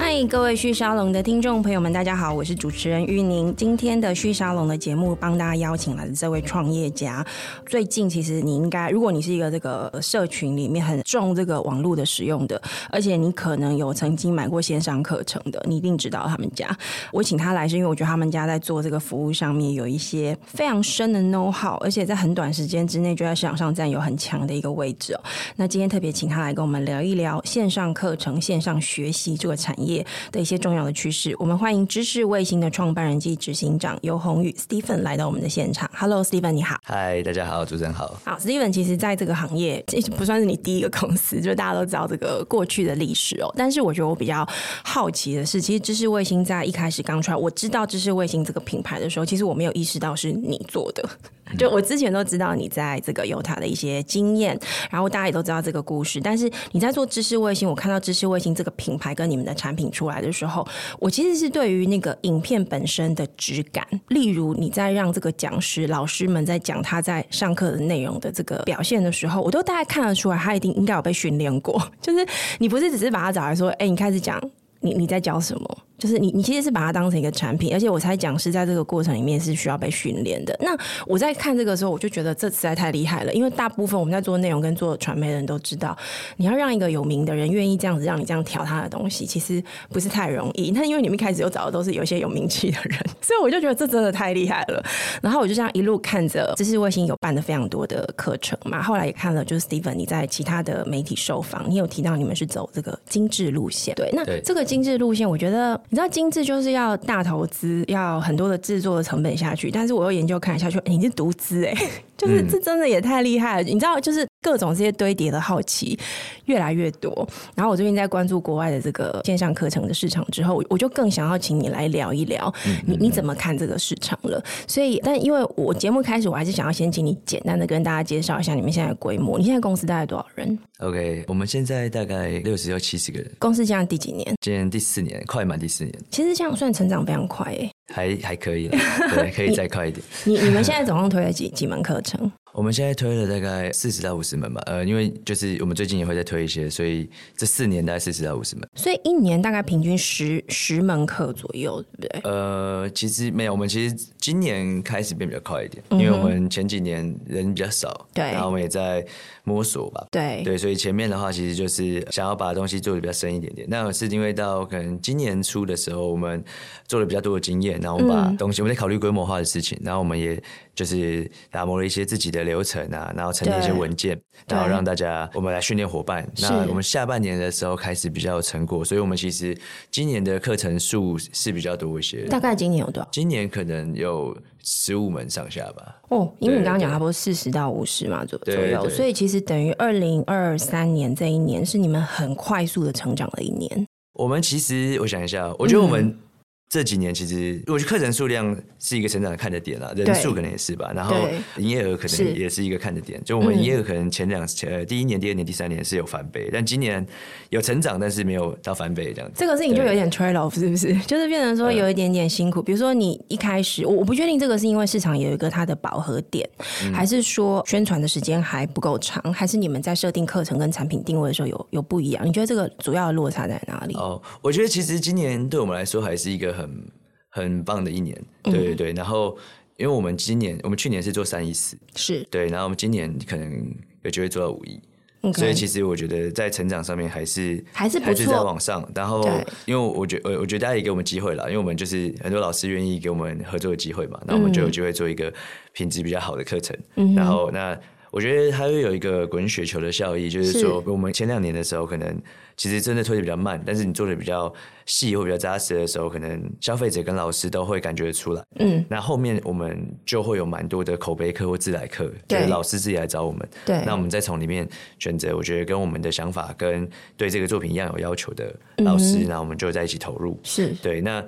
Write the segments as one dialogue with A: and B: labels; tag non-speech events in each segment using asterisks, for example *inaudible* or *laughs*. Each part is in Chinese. A: 嗨，各位旭沙龙的听众朋友们，大家好，我是主持人玉宁。今天的旭沙龙的节目，帮大家邀请来的这位创业家，最近其实你应该，如果你是一个这个社群里面很重这个网络的使用的，而且你可能有曾经买过线上课程的，你一定知道他们家。我请他来是因为我觉得他们家在做这个服务上面有一些非常深的 know how，而且在很短时间之内就在市场上占有很强的一个位置哦。那今天特别请他来跟我们聊一聊线上课程、线上学习这个产业的一些重要的趋势。我们欢迎知识卫星的创办人及执行长尤宏宇 Stephen 来到我们的现场。Hello，Stephen，你好。
B: 嗨，大家好，主持人好。
A: 好，Steven，其实在这个行业，这不算是你第一个公司，就大家都知道这个过去的历史哦。但是我觉得我比较好奇的是，其实知识卫星在一开始刚出来，我知道知识卫星这个品牌的时候，其实我没有意识到是你做的。就我之前都知道你在这个犹他的一些经验，然后大家也都知道这个故事。但是你在做知识卫星，我看到知识卫星这个品牌跟你们的产品出来的时候，我其实是对于那个影片本身的质感，例如你在让这个讲师老师们在讲他在上课的内容的这个表现的时候，我都大概看得出来，他一定应该有被训练过。就是你不是只是把他找来说，哎、你开始讲，你你在教什么？就是你，你其实是把它当成一个产品，而且我才讲师在这个过程里面是需要被训练的。那我在看这个时候，我就觉得这实在太厉害了，因为大部分我们在做内容跟做传媒的人都知道，你要让一个有名的人愿意这样子让你这样调他的东西，其实不是太容易。那因为你们一开始又找的都是有一些有名气的人，所以我就觉得这真的太厉害了。然后我就这样一路看着知识卫星有办的非常多的课程嘛，后来也看了，就是 Steven 你在其他的媒体受访，你有提到你们是走这个精致路线，对，那
B: 对
A: 这个精致路线，我觉得你知道精致就是要大投资，要很多的制作的成本下去，但是我又研究看下去，诶你是独资哎、 *laughs* 就是这真的也太厉害了，你知道就是。各种这些堆叠的好奇越来越多，然后我最近在关注国外的这个线上课程的市场之后，我我就更想要请你来聊一聊你你怎么看这个市场了。所以，但因为我节目开始，我还是想要先请你简单的跟大家介绍一下你们现在的规模。你现在公司大概多少人？
B: OK，我们现在大概六十到七十个人，
A: 公司这样第几年？
B: 今年第四年，快满第四年，
A: 其实这样算成长非常快欸诶、
B: 还 *laughs* 还可以了，对，可以再快一点。
A: 你你们现在总共推了几几门课程？
B: 我们现在推了大概四十到五十门吧，呃，因为就是我们最近也会再推一些，所以这四年大概四十到五十门。
A: 所以一年大概平均十十门课左右，对不对？
B: 呃，其实没有，我们其实今年开始变比较快一点，因为我们前几年人比较少，
A: 对
B: 然后我们也在摸索吧，
A: 对
B: 对，所以前面的话其实就是想要把东西做的比较深一点点。那是因为到可能今年初的时候，我们做了比较多的经验，然后我们
A: 嗯
B: 把东西、我们在考虑规模化的事情，然后我们也就是打磨了一些自己的流程啊，然后沉淀一些
A: 对
B: 文件，然后
A: 对
B: 让大家我们来训练伙伴。
A: 是
B: 那我们下半年的时候开始比较有成果，所以我们其实今年的课程数是比较多一些。
A: 大概今年有多少？
B: 今年可能有十五门上下吧。
A: 哦，因为你
B: 对
A: 刚刚讲
B: 对
A: 差不多四十到五十嘛左左
B: 对
A: 右，
B: 对
A: 所以其实等于二零二三年这一年是你们很快速的成长的一年。
B: 我们其实我想一下，我觉得我
A: 嗯
B: 们这几年其实，我觉得课程数量是一个成长的看的点啦，人数可能也是吧，然后
A: 对
B: 营业额可
A: 是嗯
B: 能也是一个看的点。就我们营业额可能前两前、呃第一年、第二年、第三年是有翻倍，但今年有成长，但是没有到翻倍这样子。
A: 这个事情就
B: 对
A: 有
B: 啊
A: 点 trade off，是不 *laughs* 是？就是变成说有一点点辛苦。比如说你一开始，我我不确定这个是因为市场有一个它的饱和点，
B: 嗯
A: 还是说宣传的时间还不够长，还是你们在设定课程跟产品定位的时候有有不一样？你觉得这个主要的落差在哪里？
B: 哦，我觉得其实今年对我们来说还是一个很很棒的一年，
A: 嗯
B: 对对对。然后，因为我们今年我们去年是做三一四，
A: 是
B: 对，然后我们今年可能有机会做到五亿。
A: OK，
B: 所以其实我觉得在成长上面还是
A: 还是不错
B: 在往上。然后
A: 对，
B: 因为我觉我我觉得大家也给我们机会了，因为我们就是很多老师愿意给我们合作的机会嘛，那我
A: 嗯
B: 们就有机会做一个品质比较好的课程。然后那。我觉得它会有一个滚雪球的效益，就是说，我们前两年的时候，可能其实真的推的比较慢，但是你做的比较细或比较扎实的时候，可能消费者跟老师都会感觉得出来。
A: 嗯，
B: 那后面我们就会有蛮多的口碑课或自来课，就
A: 对
B: 是老师自己来找我们。
A: 对
B: 那我们再从里面选择，我觉得跟我们的想法跟对这个作品一样有要求的老师，
A: 嗯
B: 那、我们就在一起投入。
A: 是
B: 对，那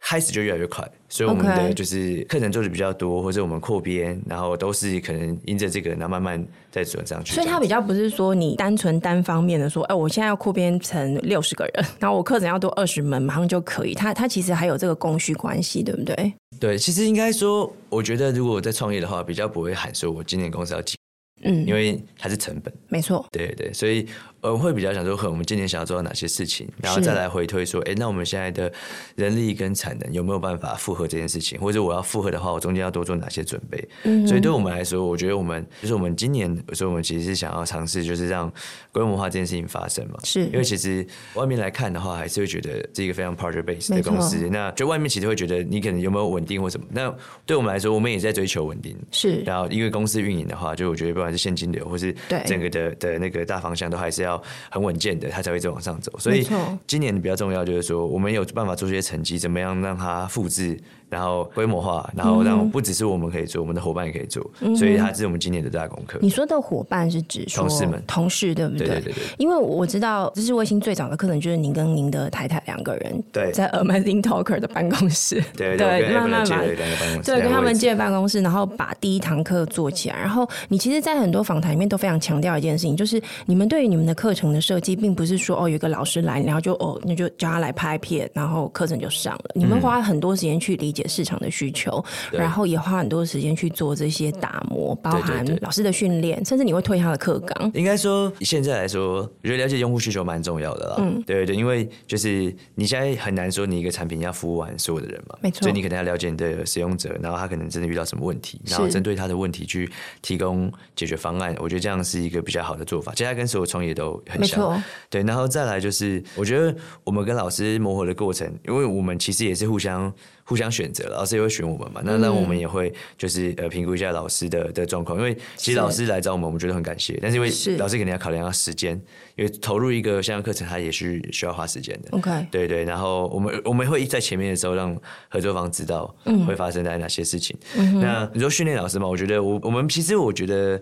B: 开始就越来越快，所以我们
A: OK
B: 的就是课程做的比较多，或者我们扩编，然后都是可能因着这个，然后慢慢再转上去
A: 所
B: 这
A: 以
B: 样
A: 它
B: 子。
A: 比较不是说你单纯单方面的说，哎、我现在要扩编成六 *laughs* 十个人，然后我课程要多二十门，马上就可以。它它其实还有这个供需关系，对不对？
B: 对，其实应该说，我觉得如果我在创业的话，比较不会喊说我今年公司要几，嗯，因为它是成本。
A: 没错，
B: 对对，所以呃，会比较想说，和我们今年想要做到哪些事情，然后
A: 是
B: 再来回推说，哎，那我们现在的人力跟产能有没有办法负荷这件事情，或者我要负荷的话，我中间要多做哪些准备？
A: 嗯
B: 所以对我们来说，我觉得我们就是我们今年，所以我们其实是想要尝试，就是让规模化这件事情发生嘛。
A: 是
B: 因为其实外面来看的话，还是会觉得是一个非常 project base
A: 没
B: 的
A: 错
B: 公司，那就外面其实会觉得你可能有没有稳定或什么。那对我们来说，我们也在追求稳定。
A: 是
B: 然后因为公司运营的话，就我觉得不管是现金流或是
A: 对
B: 整个的的那个大方向，都还是要很稳健的，它才会一直往上走。所
A: 没
B: 以
A: 错
B: 今年比较重要就是说，我们有办法做出一些成绩，怎么样让它复制，然后规模化，然后
A: 嗯
B: 让不只是我们可以做，我们的伙伴也可以做。所以它是我们今年的大功课。
A: 你说的伙伴是指说
B: 同事们
A: 同事对不对？
B: 对对对对
A: 因为我知道，这是卫星最早的课程，就是您跟您的太太两个人
B: 对
A: 在 Amazing Talker 的办公室，
B: 对对，我跟
A: 慢
B: Apple
A: 慢
B: 借
A: 把
B: 了两个办公室，
A: 对，
B: 两
A: 跟
B: 个
A: 他
B: 位
A: 们
B: 置
A: 借办公室，然后把第一堂课做起来。然后你其实，在很多访谈里面都非常强调一件事情，就是你们对于你们的课程的设计，并不是说哦有一个老师来，然后就哦那就叫他来拍片，然后课程就上了。
B: 嗯
A: 你们花很多时间去理解市场的需求，然后也花很多时间去做这些打磨，包
B: 对对
A: 含
B: 对
A: 老师的训练，甚至你会推他的课纲。
B: 应该说，现在来说，我觉得了解用户需求蛮重要的啦。嗯，对对，因为就是你现在很难说你一个产品要服务完所有的人嘛，
A: 没错
B: 所以你可能要了解你的使用者，然后他可能真的遇到什么问题，
A: 是
B: 然后针对他的问题去提供解决方案。我觉得这样是一个比较好的做法，其实它跟所有创业都很
A: 没错
B: 像。对，然后再来就是，我觉得我们跟老师磨合的过程，因为我们其实也是互相互相选择，老师也会选我们嘛，那那我们也会就是呃评估一下老师的的状况，因为其实老师来找我们，我们觉得很感谢，但是因为
A: 是
B: 老师肯定要考量到时间，因为投入一个线上课程，它也是需要花时间的。
A: OK，
B: 对对，然后我们我们会在前面的时候让合作方知道
A: 嗯
B: 会发生在哪些事情。那你说训练老师嘛，我觉得我我们其实我觉得，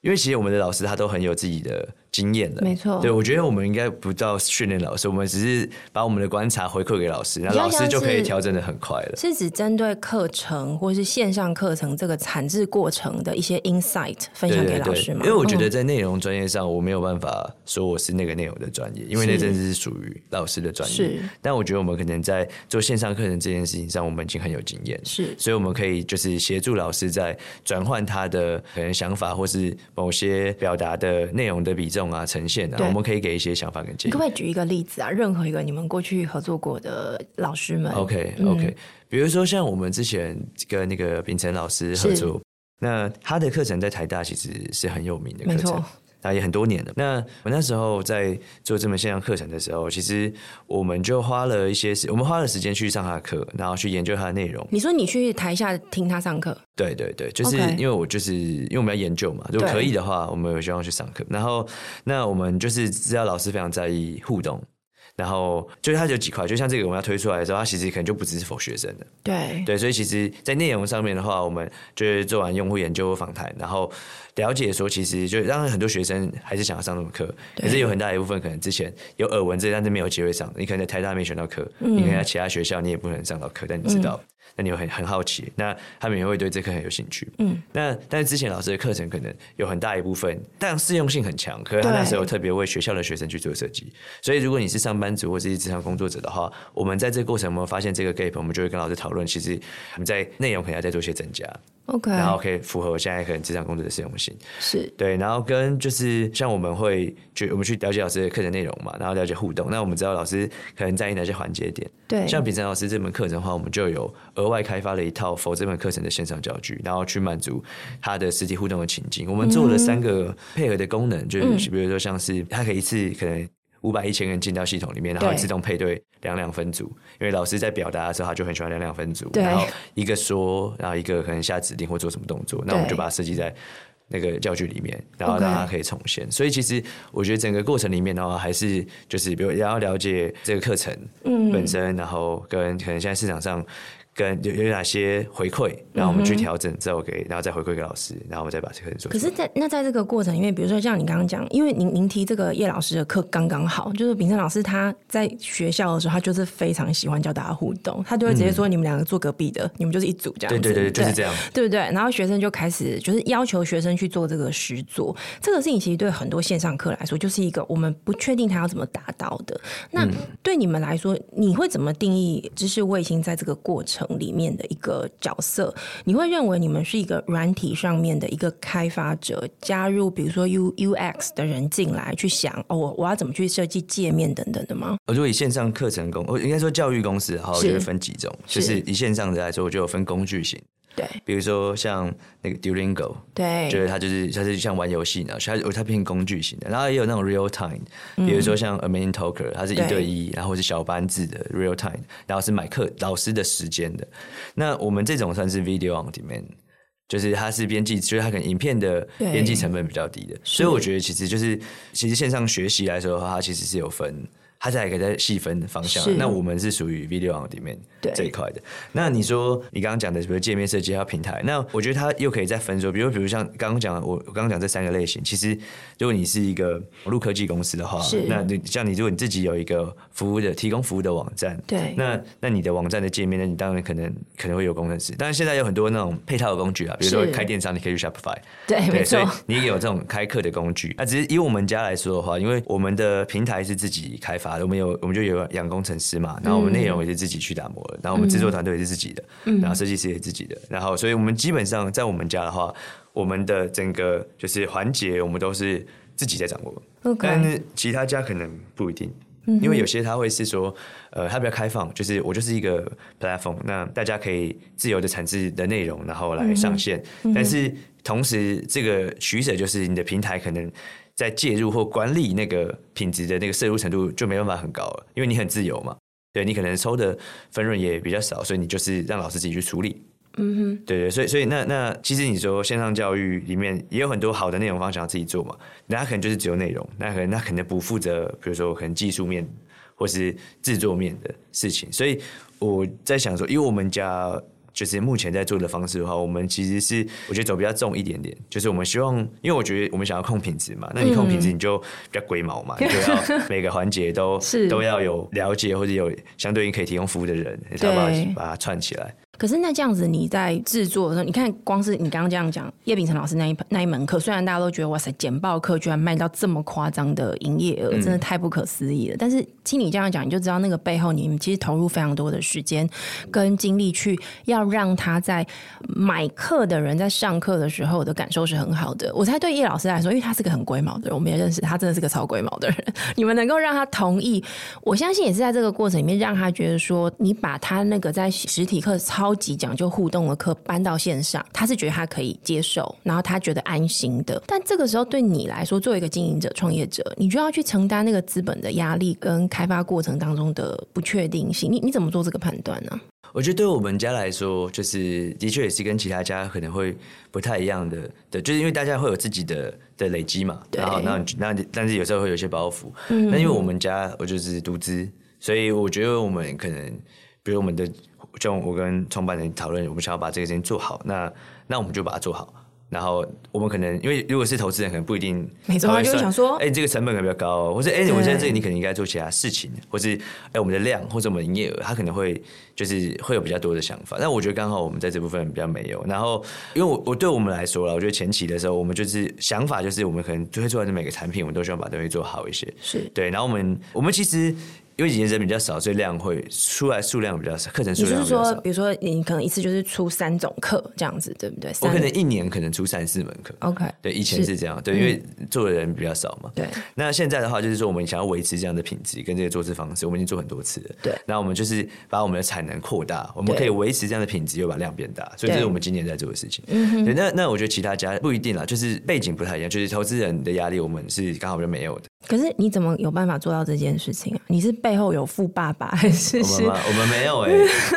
B: 因为其实我们的老师他都很有自己的经验了，
A: 没错
B: 对我觉得我们应该不到训练老师，我们只是把我们的观察回馈给老师，那
A: 比较
B: 老师就可
A: 像
B: 以
A: 是
B: 调整的很快了。
A: 是指针对课程或是线上课程这个产制过程的一些 insight 分享给老师吗？嗯
B: 因为我觉得在内容专业上，我没有办法说我是那个内容的专业，因为那真的是属于老师的专
A: 嗯是
B: 业。但我觉得我们可能在做线上课程这件事情上，我们已经很有经验，
A: 是
B: 所以我们可以就是协助老师在转换他的可能想法，或是某些表达的内容的比重啊、呈现啊
A: 对，
B: 我们可以给一些想法跟
A: 你
B: 建议
A: 可不。可以举一个例子啊？任何一个你们过去合作过的老师们
B: OK
A: 嗯
B: OK，、比如说像我们之前跟那个秉承老师合
A: 是
B: 作，那他的课程在台大其实是很有名的
A: 没
B: 课
A: 错
B: 程。那也很多年了。那我那时候在做这门线上课程的时候，其实我们就花了一些时，我们花了时间去上他的课，然后去研究他的内容。
A: 你说你去台下听他上课，
B: 对对对，就是
A: OK
B: 因为我就是因为我们要研究嘛，如果
A: 对
B: 可以的话，我们有希望去上课。然后那我们就是知道老师非常在意互动，然后就是他有几块，就像这个我们要推出来的时候，他其实可能就不只是否学生的。
A: 对，
B: 对，所以其实，在内容上面的话，我们就是做完用户研究访谈，然后了解说，其实就让很多学生还是想要上这种课，可是有很大一部分可能之前有耳闻这些，但是没有机会上。你可能在台大没选到课，你可能在其他学校你也不可能上到课，但你知道。那你会很很好奇，那他们也会对这课很有兴趣。嗯，那但是之前老师的课程可能有很大一部分，但适用性很强，可是他那时候
A: 对
B: 特别为学校的学生去做设计。所以如果你是上班族或是职场工作者的话，我们在这个过程我们发现这个 gap，我们就会跟老师讨论，其实我们在内容可能要再做些增加，
A: ，OK，
B: 然后可以符合现在可能职场工作的适用性。
A: 是
B: 对，然后跟就是像我们会去我们去了解老师的课程内容嘛，然后了解互动。那我们知道老师可能在意哪些环节点。
A: 对
B: 像秉承老师这门课程的话，我们就有额外开发了一套否这门课程的线上教具，然后去满足他的实体互动的情境。我们做了
A: 嗯
B: 三个配合的功能，就是比如说像是他可以一次可能。五百一千人进到系统里面，然后
A: 对
B: 自动配对两两分组，因为老师在表达的时候，他就很喜欢两两分组，
A: 对
B: 然后一个说，然后一个可能下指令或做什么动作，那我们
A: 对
B: 就把它设计在那个教具里面，然后
A: OK
B: 让它可以重现。所以其实我觉得整个过程里面的话，还是就是比如也要了解这个课程
A: 嗯
B: 本身，然后跟可能现在市场上。跟有有哪些回馈，然后我们去调整之后给，然后再回馈给老师，然后我们再把这个课程做
A: 嗯
B: 出
A: 可
B: 来。
A: 是在，那在这个过程，因为比如说像你刚刚讲，因为您您提这个叶老师的课刚刚好，就是秉承老师他在学校的时候，他就是非常喜欢教大家互动，他就会直接说你们两个坐隔壁的，你们就是一组这样子，
B: 嗯对对对就是这样
A: 对不对？然后学生就开始就是要求学生去做这个实作，这个事情其实对很多线上课来说，就是一个我们不确定他要怎么达到的。那对你们来说，你会怎么定义知识卫星在这个过程里面的一个角色，你会认为你们是一个软体上面的一个开发者，加入比如说 U U X 的人进来去想哦，我我要怎么去设计界面等等的吗？
B: 呃如果以线上课程公，呃我应该说教育公司，好，我
A: 是
B: 就会分几种，就是是以线上的来说，我就有分工具型，
A: 对
B: 比如说像那个 Duolingo，
A: 对，
B: 就是它就是它是像玩游戏呢，它它偏工具型的，然后也有那种 real time，比
A: 嗯
B: 如说像 a m a z i n Talker，它是一对一，然后是小班制的 real time，然后是买课老师的时间的。那我们这种算是 video on demand。就是它是编辑，就是它可能影片的
A: 对
B: 编辑成本比较低的，所以我觉得其实就是其实线上学习来说的话，它其实是有分，它才可以在细分方向啊
A: 是。
B: 那我们是属于 video on demand
A: 对
B: 这一块的。那你说你刚刚讲的，比如界面设计还有平台，那我觉得它又可以再分说，比如比如像刚刚讲的我我刚刚讲这三个类型，其实如果你是一个网络科技公司的话
A: 是，
B: 那你像你如果你自己有一个服务的提供服务的网站，
A: 对
B: 那那你的网站的界面，那你当然可能可能会有工程师，但是现在有很多那种配套的工具啊，比如说
A: 是
B: 开电商，你可以去 Shopify，
A: 对没错
B: 所以你也有这种开课的工具。那只是以我们家来说的话，因为我们的平台是自己开发的，我们有我们就有养工程师嘛，然后我们内容也是自己去打磨的，然后我们制作团队也是自己的，
A: 嗯
B: 然后设计师也是自己的，然后所以我们基本上在我们家的话，我们的整个就是环节我们都是自己在掌握。
A: OK
B: 但是其他家可能不一定。因为有些他会是说，呃，他比较开放，就是我就是一个 platform，那大家可以自由的产制的内容，然后来上线。但是同时，这个取舍就是你的平台可能在介入或管理那个品质的那个摄入程度就没办法很高了，因为你很自由嘛。对你可能抽的分润也比较少，所以你就是让老师自己去处理。嗯哼，对对，所以所以那那其实你说线上教育里面也有很多好的内容方想要自己做嘛，那他可能就是只有内容，那可能他可能不负责，比如说可能技术面或是制作面的事情，所以我在想说，因为我们家。就是目前在做的方式的话，我们其实是我觉得走比较重一点点，就是我们希望，因为我觉得我们想要控品质嘛，那你控
A: 嗯
B: 品质你就比较龟毛嘛，你就
A: *laughs*
B: 要每个环节都
A: 是
B: 都要有了解或者有相对应可以提供服务的人，你才把
A: 对
B: 它把它串起来。
A: 可是那这样子，你在制作的时候，你看，光是你刚刚这样讲，叶秉成老师那一那一门课，虽然大家都觉得哇塞，简报课居然卖到这么夸张的营业额，真的太不可思议了。但是听你这样讲，你就知道那个背后你们其实投入非常多的时间跟精力去，要让他在买课的人在上课的时候的感受是很好的。我猜对叶老师来说，因为他是个很龟毛的人，我们也认识他，真的是个超龟毛的人。 *laughs* 你们能够让他同意，我相信也是在这个过程里面让他觉得说，你把他那个在实体课超级讲究互动的课搬到线上，他是觉得他可以接受，然后他觉得安心的。但这个时候对你来说，作为一个经营者、创业者，你就要去承担那个资本的压力跟开发过程当中的不确定性。你你怎么做这个判断呢、
B: 我觉得对我们家来说，就是的确也是跟其他家可能会不太一样的，对，就是因为大家会有自己的的累积嘛，
A: 对嗯
B: 然后那那但是有时候会有一些包袱，那因为我们家我就是独资，所以我觉得我们可能，比如我们的，就我跟创办人讨论，我们想要把这个事情做好，那那我们就把它做好。然后我们可能因为如果是投资人，可能不一定
A: 没错
B: 他
A: 他就会
B: 算
A: 想说
B: 哎、这个成本可能比较高、哦，或者哎、我们在这里你可能应该做其他事情，或是哎、我们的量或者我们的营业额，他可能会就是会有比较多的想法。但我觉得刚好我们在这部分比较没有。然后，因为我我对我们来说了，我觉得前期的时候，我们就是想法就是我们可能推出来的每个产品，我们都希望把东西做好一些。
A: 是
B: 对，然后我们我们其实因为以前人比较少，所以量会出来数量比较少，课程数
A: 你就
B: 量
A: 是
B: 比较
A: 说，
B: 少。
A: 比如说你可能一次就是出三种课这样子，对不对？
B: 我
A: 三
B: 可能一年可能出三四门课。
A: OK，
B: 对，以前是这样，对，因为做的人比较少嘛。
A: 嗯对
B: 那现在的话，就是说我们想要维持这样的品质跟这个做事方式，我们已经做很多次了。
A: 对
B: 那我们就是把我们的产能扩大，我们
A: 对
B: 可以维持这样的品质，又把量变大，所以
A: 对嗯
B: 这是我们今年在做的事情。对，那那我觉得其他家不一定啦，就是背景不太一样，就是投资人的压力我们是刚好就没有的。
A: 可是你怎么有办法做到这件事情啊？你是背后有富爸爸，还是
B: 我们
A: 是嗯
B: 吗？我们没有
A: *laughs*
B: 哎、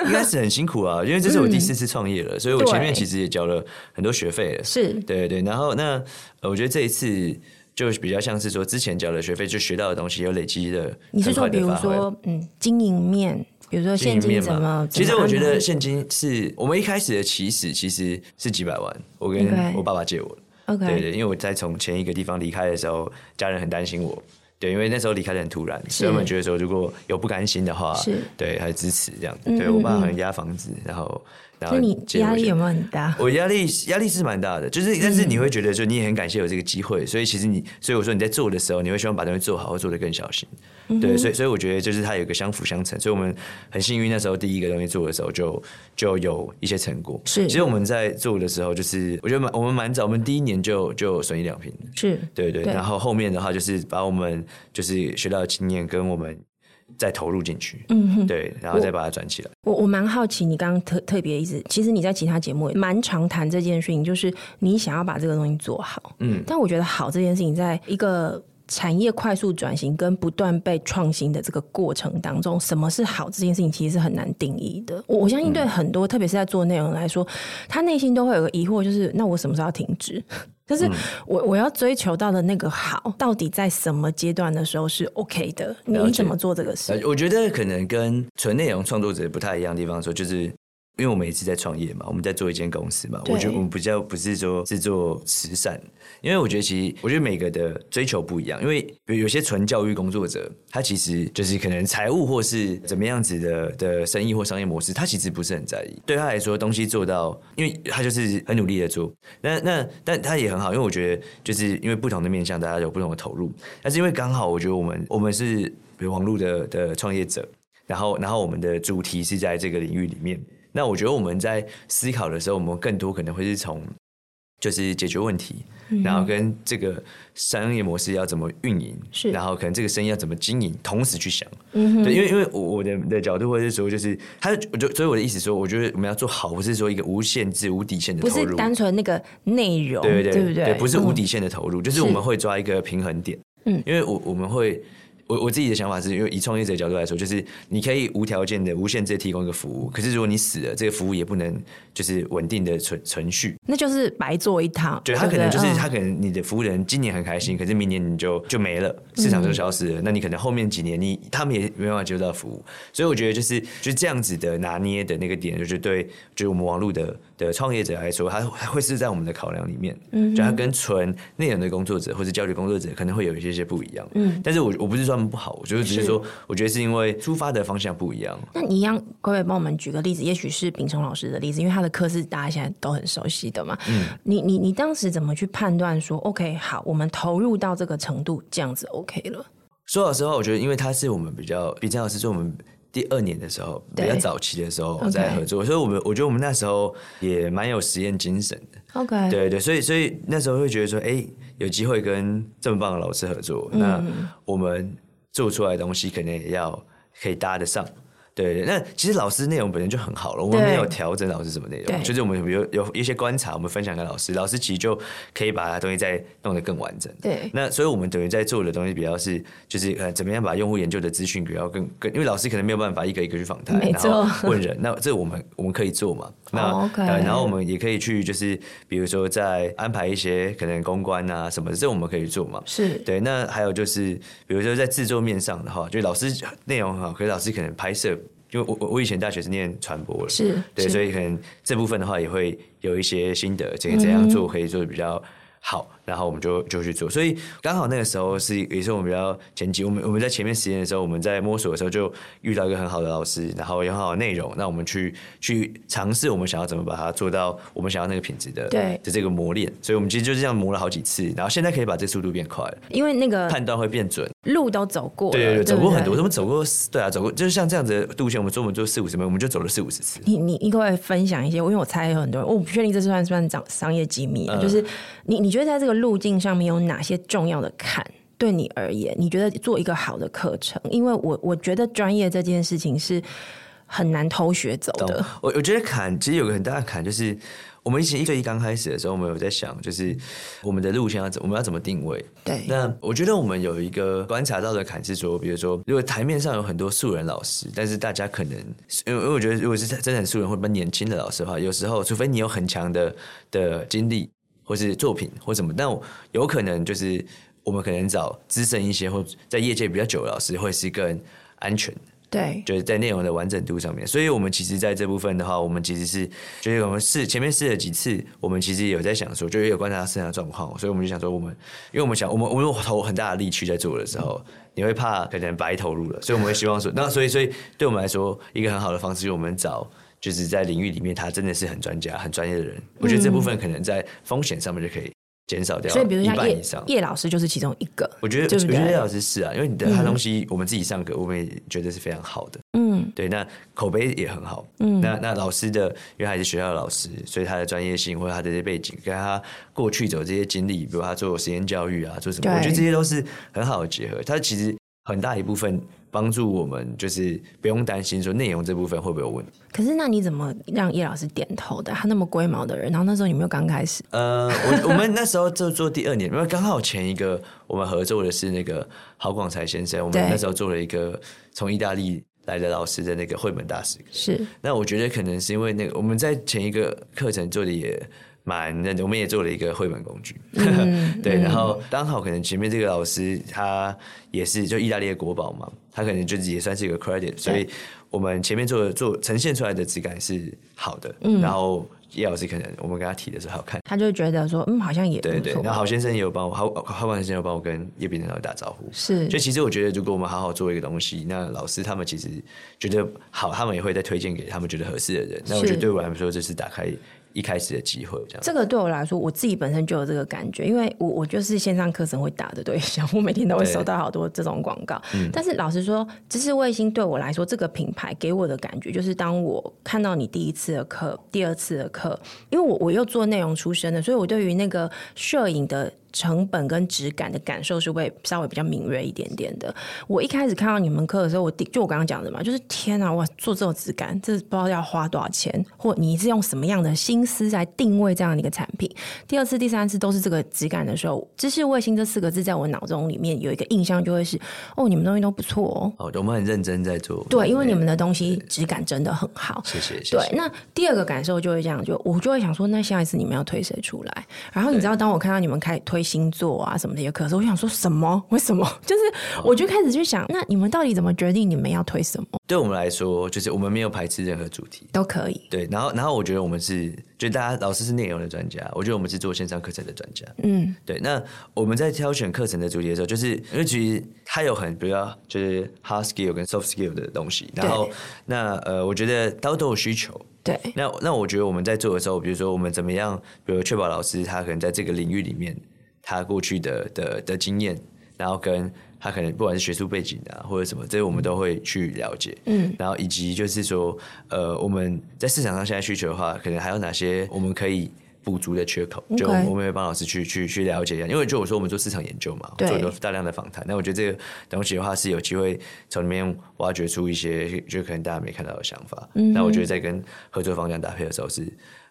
B: 应该是很辛苦啊，因为这是我第四次创业了，所以我前面其实也交了很多学费了。
A: 是
B: 对对，然后那呃我觉得这一次就比较像是说之前交的学费，就学到的东西有累积的，
A: 你是
B: 很
A: 说，
B: 快
A: 比
B: 地
A: 如
B: 发挥
A: 说，嗯，经营面，比如说
B: 经
A: 现
B: 营
A: 金
B: 面
A: 怎么
B: 嘛？？其实
A: 怎么
B: 我觉
A: 安
B: 得
A: 排
B: 现金是我们一开始的起始其实是几百万，我
A: OK
B: 跟我爸爸借我的。
A: OK，
B: 对对，因为我在从前一个地方离开的时候，家人很担心我。对，因为那时候离开的很突然，所以我们觉得说，如果有不甘心的话
A: 是，
B: 对，还支持这样子。
A: 嗯
B: 对我爸好像押房子，然后然后
A: 那你
B: 借
A: 压
B: 我
A: 力
B: 钱
A: 有没有很大？
B: *laughs* 我压力压力是蛮大的，就是但是你会觉得说你也很感谢有这个机会，所以其实你所以我说你在做的时候，你会希望把东西做好，或做得更小心。对，所以所以我觉得就是它有一个相辅相成，所以我们很幸运那时候第一个东西做的时候就就有一些成果。
A: 是
B: 其实我们在做的时候，就是我觉得蛮我们蛮早，我们第一年就就损益两平。
A: 是
B: 对对，
A: 对
B: 然后后面的话就是把我们就是学到的经验跟我们再投入进去，嗯哼，对，然后再把它转起来。
A: 我我蛮好奇，你刚刚特特别一直，其实你在其他节目也蛮常谈这件事情，就是你想要把这个东西做好。嗯，但我觉得好这件事情，在一个产业快速转型跟不断被创新的这个过程当中，什么是好这件事情，其实是很难定义的。我我相信
B: 嗯
A: 对很多，特别是在做内容来说，他内心都会有个疑惑，就是那我什么时候要停止？ *laughs*
B: 嗯
A: 就是我我要追求到的那个好，到底在什么阶段的时候是 OK 的？你
B: 了解
A: 你怎么做这个事
B: 呃？我觉得可能跟纯内容创作者不太一样的地方说，就是因为我们也是在创业嘛，我们在做一间公司嘛，
A: 对
B: 我觉得我们比较不是说是做慈善，因为我觉得其实我觉得每个的追求不一样，因为有有些纯教育工作者，他其实就是可能财务或是怎么样子的的生意或商业模式，他其实不是很在意，对他来说东西做到，因为他就是很努力的做，那那但他也很好，因为我觉得就是因为不同的面向，大家有不同的投入，但是因为刚好我觉得我们我们是。比如网络的的创业者，然后然后我们的主题是在这个领域里面。那我觉得我们在思考的时候，我们更多可能会是从就是解决问题，
A: 嗯
B: 然后跟这个商业模式要怎么运营，
A: 是
B: 然后可能这个生意要怎么经营，同时去想。
A: 嗯
B: 对，因为因为我我的的角度或者是说，就是他就我就所以我的意思说，我觉得我们要做好，不是说一个无限制、无底线的
A: 不
B: 投
A: 是
B: 入。
A: 单纯那个内容，
B: 对对
A: 不
B: 对
A: 对？
B: 不是无
A: 嗯
B: 底线的投入，就是
A: 是
B: 我们会抓一个平衡点。
A: 嗯
B: 嗯，因为我我们会。我我自己的想法是，因为以创业者的角度来说，就是你可以无条件的、无限制地提供一个服务，可是如果你死了，这个服务也不能就是稳定的存存续。
A: 那就是白做一趟。
B: 对
A: 不
B: 他可能就是
A: 嗯
B: 他可能你的服务人今年很开心，可是明年你就就没了，市场就消失了。那你可能后面几年你他们也没办法接受到服务，所以我觉得就是就是这样子的拿捏的那个点，就是对，就是我们网络的的创业者来说，他他会是在我们的考量里面，嗯，就他跟纯内容的工作者或者教育工作者可能会有一些些不一样，嗯，但是我我不是说他们不好，我就是只是说，我觉得是因为出发的方向不一样，
A: 那你一样，可不可以帮我们举个例子？也许是秉承老师的例子，因为他的课是大家现在都很熟悉的嘛。嗯，你你你当时怎么去判断说，OK，好，我们投入到这个程度，这样子 OK 了？
B: 说老实话，我觉得因为他是我们比较，比较老师是我们第二年的时候，
A: 对
B: 比较早期的时候
A: OK
B: 在合作，所以我们我觉得我们那时候也蛮有实验精神的。
A: OK，
B: 对对，所以所以那时候会觉得说，哎、有机会跟这么棒的老师合作，
A: 嗯
B: 那我们做出来的东西可能也要可以搭得上。对，那其实老师内容本身就很好了，我们
A: 对
B: 没有调整老师什么内
A: 对
B: 容，就是我们有有一些观察，我们分享给老师，老师其实就可以把它东西再弄得更完整。
A: 对
B: 那所以我们等于在做的东西比较是，就是呃，怎么样把用户研究的资讯比较更更，因为老师可能没有办法一个一个去访谈，
A: 没
B: 然
A: 错
B: 后问人，那这我们我们可以做嘛？那、
A: 哦，OK
B: 呃然后我们也可以去，就是比如说在安排一些可能公关啊什么的，这我们可以做嘛？
A: 是
B: 对，那还有就是，比如说在制作面上的话，就老师内容很好，可是老师可能拍摄，因为我我我以前大学是念传播的，
A: 是
B: 对，
A: 是
B: 所以可能这部分的话也会有一些心得，这个怎
A: 嗯
B: 样做可以做的比较好，然后我们就就去做。所以刚好那个时候是也是我们比较前期，我们我们在前面实验的时候，我们在摸索的时候就遇到一个很好的老师，然后有很好的内容，那我们去去尝试我们想要怎么把它做到我们想要那个品质的
A: 对
B: 的这个磨练。所以我们其实就这样磨了好几次，然后现在可以把这速度变快了。
A: 因为那
B: *laughs*
A: 个
B: 判断会变准，
A: 路都走过了，
B: 对对
A: 对，
B: 对，走过很多，
A: 对。
B: 我们走过，对啊，走过，就是像这样子的路线，我们说我们做四五十分，我们就走了四五十 *laughs* 次。
A: 你你你可不可以分享一些？因为我猜有很多人，我不确定这算不算商商业机
B: 嗯
A: 密啊、就是你你觉得在这个路径上面有哪些重要的坎？对你而言，你觉得做一个好的课程？因为我我觉得专业这件事情是很难偷学走的
B: 懂。我我觉得坎其实有个很大的坎，就是我们以前最一刚开始的时候，我们有在想，就是我们的路线要怎，我们要怎么定位。
A: 对
B: 那我觉得我们有一个观察到的坎是说，比如说，如果台面上有很多素人老师，但是大家可能，因为因为我觉得，如果是真的很素人或者比较年轻的老师的话，有时候除非你有很强的的经历或是作品或什么，但我有可能就是我们可能找资深一些或在业界比较久的老师会是更安全的。
A: 对
B: 就是在内容的完整度上面。所以我们其实在这部分的话，我们其实是就是我们试前面试了几次，我们其实有在想说，就是有观察到市场状况，所以我们就想说，我们因为我们想我们我们有投很大的力去在做的时候。你会怕可能白投入了，所以我们会希望说，那所以所以对我们来说，一个很好的方式就是我们找就是在领域里面他真的是很专家、很专业的人。我觉得这部分可能在风险上面就可以减少掉，
A: 所以比如
B: 一
A: 像
B: 半
A: 叶
B: 以上。
A: 叶老师就是其中一个，
B: 我觉得，
A: 对不嗯
B: 我觉得
A: 对
B: 叶老师是啊，因为你的他东西，我们自己上课，我们也觉得是非常好的。
A: 嗯
B: 对，那口碑也很好。
A: 嗯
B: 那那老师的，因为他也是学校的老师，所以他的专业性或者他的这些背景，跟他过去走这些经历，比如他做实验教育啊，做什么，
A: 对
B: 我觉得这些都是很好的结合。他其实很大一部分帮助我们，就是不用担心说内容这部分会不会有问题。
A: 可是那你怎么让叶老师点头的？他那么龟毛的人，然后那时候你们又刚开始，
B: 呃，我我们那时候就做第二年，因为刚好前一个我们合作的是那个郝广才先生，我
A: 对
B: 们那时候做了一个从意大利来的老师的那个绘本大师。
A: 是
B: 那我觉得可能是因为那个我们在前一个课程做的也蛮认真，我们也做了一个绘本工具， *laughs* 对。然后刚好可能前面这个老师他也是就意大利的国宝嘛，他可能就也算是一个 credit，所以我们前面做的做呈现出来的质感是好的，然后叶老师可能我们跟他提的时候好看。
A: 他就觉得说，嗯，好像也不
B: 对对，
A: 错，
B: 然后郝先生也有帮我，郝郝广先生有帮我跟叶秉成老师打招呼，
A: 是
B: 就其实我觉得，如果我们好好做一个东西，那老师他们其实觉得好，他们也会再推荐给他们觉得合适的人。那我
A: 是
B: 觉得对我来说，这是打开一开始的机会，这样。
A: 这个对我来说，我自己本身就有这个感觉，因为我我就是线上课程会打的对象， *laughs* 我每天都会
B: 对
A: 收到好多这种广告。但是老实说，知识卫星对我来说，这个品牌给我的感觉就是，当我看到你第一次的课、第二次的课，因为我我又做内容出身的，所以我对于那个摄影的。成本跟质感的感受是会稍微比较敏锐一点点的。我一开始看到你们课的时候，我第就我刚刚讲的嘛，就是天啊，哇，做这种质感，这不知道要花多少钱，或你是用什么样的心思来定位这样的一个产品。第二次、第三次都是这个质感的时候，知识卫星这四个字在我脑中里面有一个印象，就会是哦，你们东西都不错哦。
B: 哦，我们很认真在做。
A: 对，因为你们的东西质感真的很好。
B: 谢谢谢
A: 对，
B: 谢。
A: 那第二个感受就会这样，就我就会想说，那下一次你们要推谁出来？然后你知道，当我看到你们开始推星座啊什么这些课的时候，我想说什么？ *laughs* 为什么？就是我就开始去想，那你们到底怎么决定你们要推什么
B: 对我们来说，就是我们没有排斥任何主题。
A: 都可以？
B: 对，然后然后我觉得我们是，就大家老师是内容的专家，我觉得我们是做线上课程的专家。
A: 嗯，
B: 对，那我们在挑选课程的主题的时候，就是因为其实它有很比较就是 hard skill 跟 soft skill 的东西，然后那呃，我觉得大家都有需求。
A: 对，
B: 那那我觉得我们在做的时候，比如说我们怎么样，比如确保老师他可能在这个领域里面他过去的的的经验，然后跟他可能不管是学术背景啊或者什么，这些我们都会去了解。嗯，然后以及就是说，呃，我们在市场上现在需求的话，可能还有哪些我们可以。补足的缺口，就
A: OK
B: 我们会帮老师去去去了解一下，因为就我说我们做市场研究嘛，
A: 对
B: 做很多大量的访谈，那我觉得这个东西的话是有机会从里面挖掘出一些就可能大家没看到的想法。
A: 嗯
B: 那我觉得在跟合作方向搭配的时候是，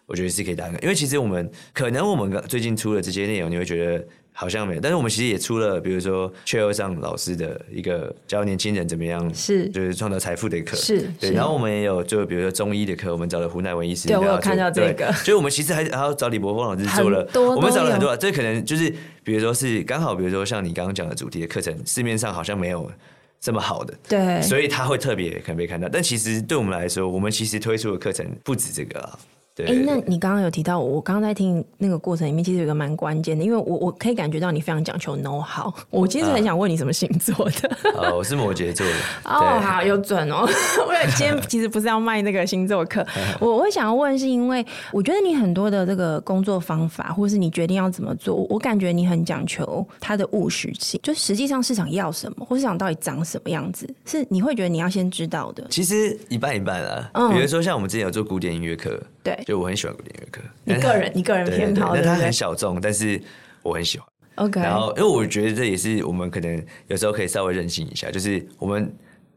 B: 我觉得是可以搭配，因为其实我们可能我们最近出的这些内容，你会觉得。好像没有，但是我们其实也出了，比如说阙又上老师的一个教年轻人怎么样，
A: 是
B: 就是创造财富的课，
A: 是
B: 对。
A: 是
B: 然后我们也有就比如说中医的课，我们找了胡乃文医师，
A: 对我有
B: 然后
A: 看
B: 就
A: 到这
B: 对
A: 个
B: 所以我们其实还还要找李博峰老师做了
A: 很，多
B: 我们
A: 都
B: 找了很
A: 有
B: 多啊，这可能就是比如说是刚好，比如说像你刚刚讲的主题的课程，市面上好像没有这么好的。
A: 对，
B: 所以他会特别可能被看到，但其实对我们来说，我们其实推出的课程不止这个啊。对
A: 哎、
B: 对
A: 那
B: 对
A: 你刚刚有提到，我刚刚在听那个过程里面，其实有一个蛮关键的，因为我我可以感觉到你非常讲求 know how。我其实很想问你什么星座的。
B: 哦，我是摩
A: *laughs*
B: 羯座的。
A: 哦，
B: 啊对
A: 好，有准哦。 *laughs* 我有今天其实不是要卖那个星座
B: *laughs*
A: 课，我我想要问，是因为我觉得你很多的这个工作方法，或是你决定要怎么做，我我感觉你很讲求它的务实性，就实际上市场要什么，或市场到底长什么样子，是你会觉得你要先知道
B: *laughs*
A: 的。
B: 其实一半一半啊。
A: 嗯
B: 比如说像我们之前有做古典音乐课，
A: 对
B: 就我很喜欢古典音乐课。
A: 你
B: 但是它
A: 个人你个人
B: 对
A: 偏
B: 对
A: 好
B: 对
A: 对
B: 但它
A: 不对
B: 很小众，但是我很喜欢。
A: OK，
B: 然后，因为我觉得这也是我们可能有时候可以稍微任性一下，就是我们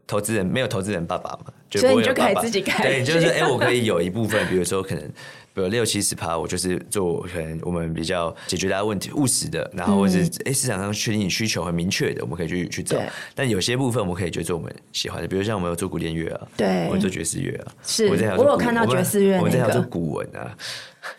B: 投资人没有投资人爸爸嘛，就
A: 所以
B: 不会
A: 你
B: 有
A: 就可以
B: 爸爸
A: 自己开
B: 对，就
A: *laughs*
B: 是哎、我可以有一部分，比如说可能。比如六七十趴，我就是做可能我们比较解决大家问题务实的，然后或是哎、市场上确定你需求很明确的，我们可以去去找
A: 嗯对。
B: 但有些部分我们可以去做我们喜欢的，比如像我们有做古典乐啊，
A: 对
B: 我们做爵士乐啊，
A: 是
B: 我们在想
A: 我
B: 做
A: 有
B: 古
A: 看到
B: 我们
A: 爵士乐
B: 我们在
A: 那
B: 想做
A: 个
B: 古文啊，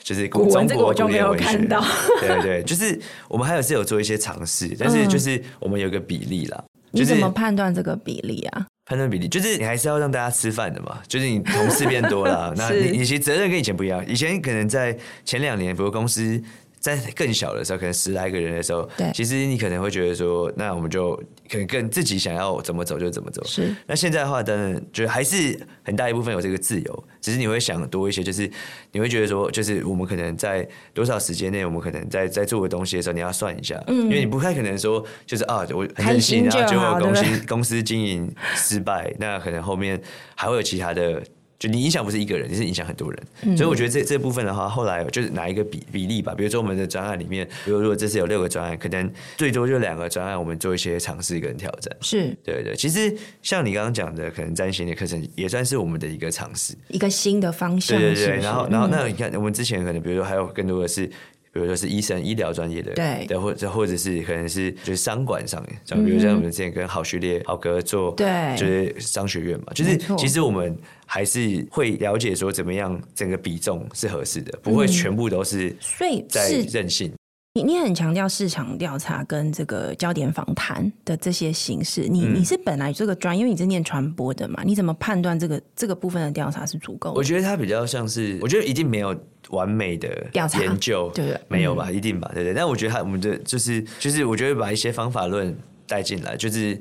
B: 就是
A: 古文
B: 中
A: 这个
B: 国
A: 我就
B: 古典
A: 没有
B: 文
A: 看
B: 学
A: 到
B: *laughs* 对对，就是我们还有是有做一些尝试，但是就是我们有一个比例啦，
A: 嗯你
B: 就是
A: 怎么判断这个比例啊？
B: 判断比例，就是你还是要让大家吃饭的嘛， *laughs* 就是你
A: *laughs*
B: 同事变多了，那
A: 是
B: 你你其实责任跟以前不一样，以前可能在前两年，比如公司。在更小的时候，可能十来个人的时候
A: 对，
B: 其实你可能会觉得说，那我们就可能更自己想要怎么走就怎么走。
A: 是
B: 那现在的话，当然就还是很大一部分有这个自由，只是你会想多一些，就是你会觉得说，就是我们可能在多少时间内，我们可能在在做个东西的时候，你要算一下，
A: 嗯
B: 因为你不太可能说就是啊，我很
A: 开
B: 任
A: 心
B: 性，然后
A: 就
B: 结
A: 好
B: 果公司
A: 对不
B: 公司经营失败，那可能后面还会有其他的。就你影响不是一个人，你是影响很多人，
A: 嗯
B: 所以我觉得这这部分的话，后来就是拿一个比比例吧，比如说我们的专案里面，比如如果这次有六个专案，可能最多就两个专案，我们做一些尝试跟挑战。
A: 是
B: 对对，其实像你刚刚讲的，可能占星的课程也算是我们的一个尝试。
A: 一个新的方向，
B: 对对
A: 是不
B: 对，
A: 是嗯
B: 然后然后那你看，我们之前可能比如说还有更多的是，比如说是医生医疗专业的，
A: 对嗯
B: 或者或者是可能是就是商管上面，像比如像我们之前跟好序列、好哥做，
A: 对
B: 就是商学院嘛，就是
A: 没错
B: 其实我们还是会了解说怎么样整个比重是合适的，不会全部都是
A: 所以
B: 在
A: 嗯是
B: 任性。
A: 你你很强调市场调查跟这个焦点访谈的这些形式，
B: 嗯
A: 你、你是本来这个专，因为你是念传播的嘛，你怎么判断这个这个部分的调查是足够
B: 我
A: 的？
B: 觉得它比较像是，我觉得一定没有完美的
A: 调查
B: 研究，
A: 对不嗯对
B: 没有吧，一定吧，对不对？但我觉得它我们的就是就是，我觉得把一些方法论带进来，就是。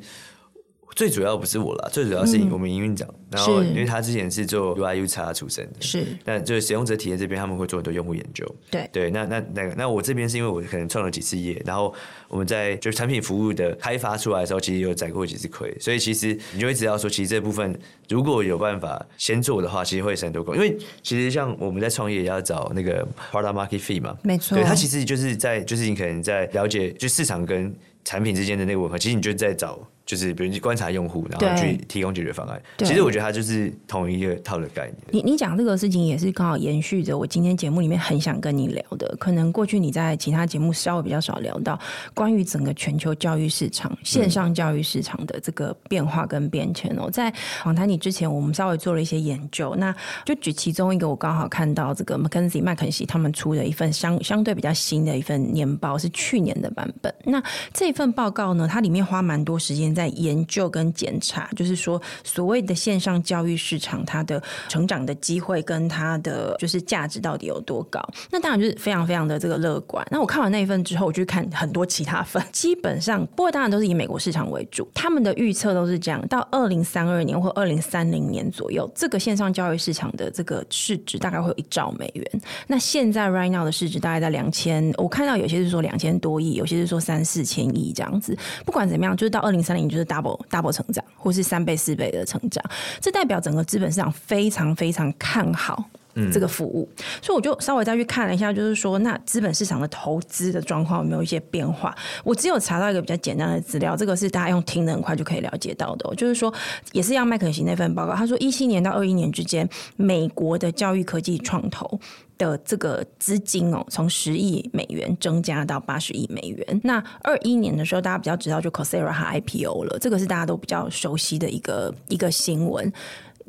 B: 最主要不是我啦，最主要是我们营运长，然后
A: 嗯是
B: 因为他之前是做 UI U x 出身的，
A: 是
B: 那就是使用者体验这边，他们会做很多用户研究。
A: 对
B: 对，那那那个，那我这边是因为我可能创了几次业，然后我们在就是产品服务的开发出来的时候，其实有宰过几次亏，所以其实你就会知道说，其实这部分如果有办法先做的话，其实会省很多工。因为其实像我们在创业也要找那个 product market fit 嘛，
A: 没错
B: 对，它其实就是在就是你可能在了解就市场跟产品之间的那个吻合，其实你就在找。就是比如你观察用户，然后
A: 对
B: 去提供解决方案。
A: 对
B: 其实我觉得它就是同一个套的概念。
A: 你你讲这个事情也是刚好延续着我今天节目里面很想跟你聊的，可能过去你在其他节目稍微比较少聊到关于整个全球教育市场、线上教育市场的这个变化跟变迁哦。在访谈你之前，我们稍微做了一些研究，那就举其中一个，我刚好看到这个 McKinsey 麦肯锡他们出的一份相相对比较新的一份年报，是去年的版本。那这份报告呢，它里面花蛮多时间在研究跟检查，就是说所谓的线上教育市场，它的成长的机会跟它的就是价值到底有多高。那当然就是非常非常的这个乐观。那我看完那一份之后，我就去看很多其他份，基本上不过当然都是以美国市场为主，他们的预测都是这样，到二零三二年或二零三零年左右，这个线上教育市场的这个市值大概会有一兆美元。那现在 right now 的市值大概在两千，我看到有些是说两千多亿，有些是说三四千亿这样子。不管怎么样，就是到二零三零就是 double double 成长，或是三倍四倍的成长，这代表整个资本市场非常非常看好。这个服务，所以我就稍微再去看了一下，就是说，那资本市场的投资的状况有没有一些变化？我只有查到一个比较简单的资料，这个是大家用听的很快就可以了解到的哦、就是说，也是让麦肯锡那份报告，他说一七年到二一年之间，美国的教育科技创投的这个资金哦，从十亿美元增加到八十亿美元。那二一年的时候，大家比较知道就 Coursera 它 IPO 了，这个是大家都比较熟悉的一个一个新闻。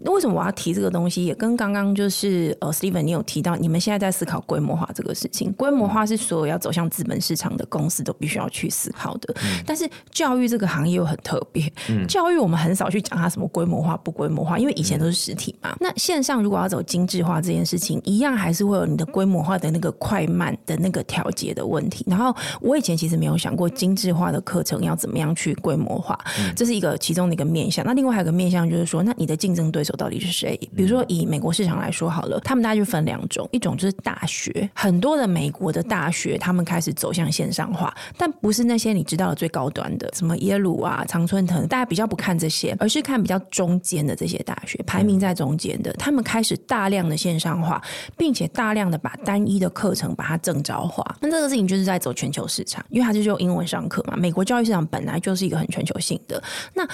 A: 那为什么我要提这个东西？也跟刚刚就是呃，Steven 你有提到，你们现在在思考规模化这个事情。规模化是所有要走向资本市场的公司都必须要去思考的。但是教育这个行业又很特别，教育我们很少去讲它什么规模化不规模化，因为以前都是实体嘛。那线上如果要走精致化这件事情，一样还是会有你的规模化的那个快慢的那个调节的问题。然后我以前其实没有想过精致化的课程要怎么样去规模化，这是一个其中的一个面向。那另外还有一个面向就是说，那你的竞争对手到底是谁？比如说以美国市场来说好了，他们大概就分两种，一种就是大学，很多的美国的大学他们开始走向线上化，但不是那些你知道的最高端的，什么耶鲁啊、常春藤，大家比较不看这些，而是看比较中间的这些大学，排名在中间的，他们开始大量的线上化，并且大量的把单一的课程把它正招化。那这个事情就是在走全球市场，因为它就是用英文上课嘛。美国教育市场本来就是一个很全球性的。那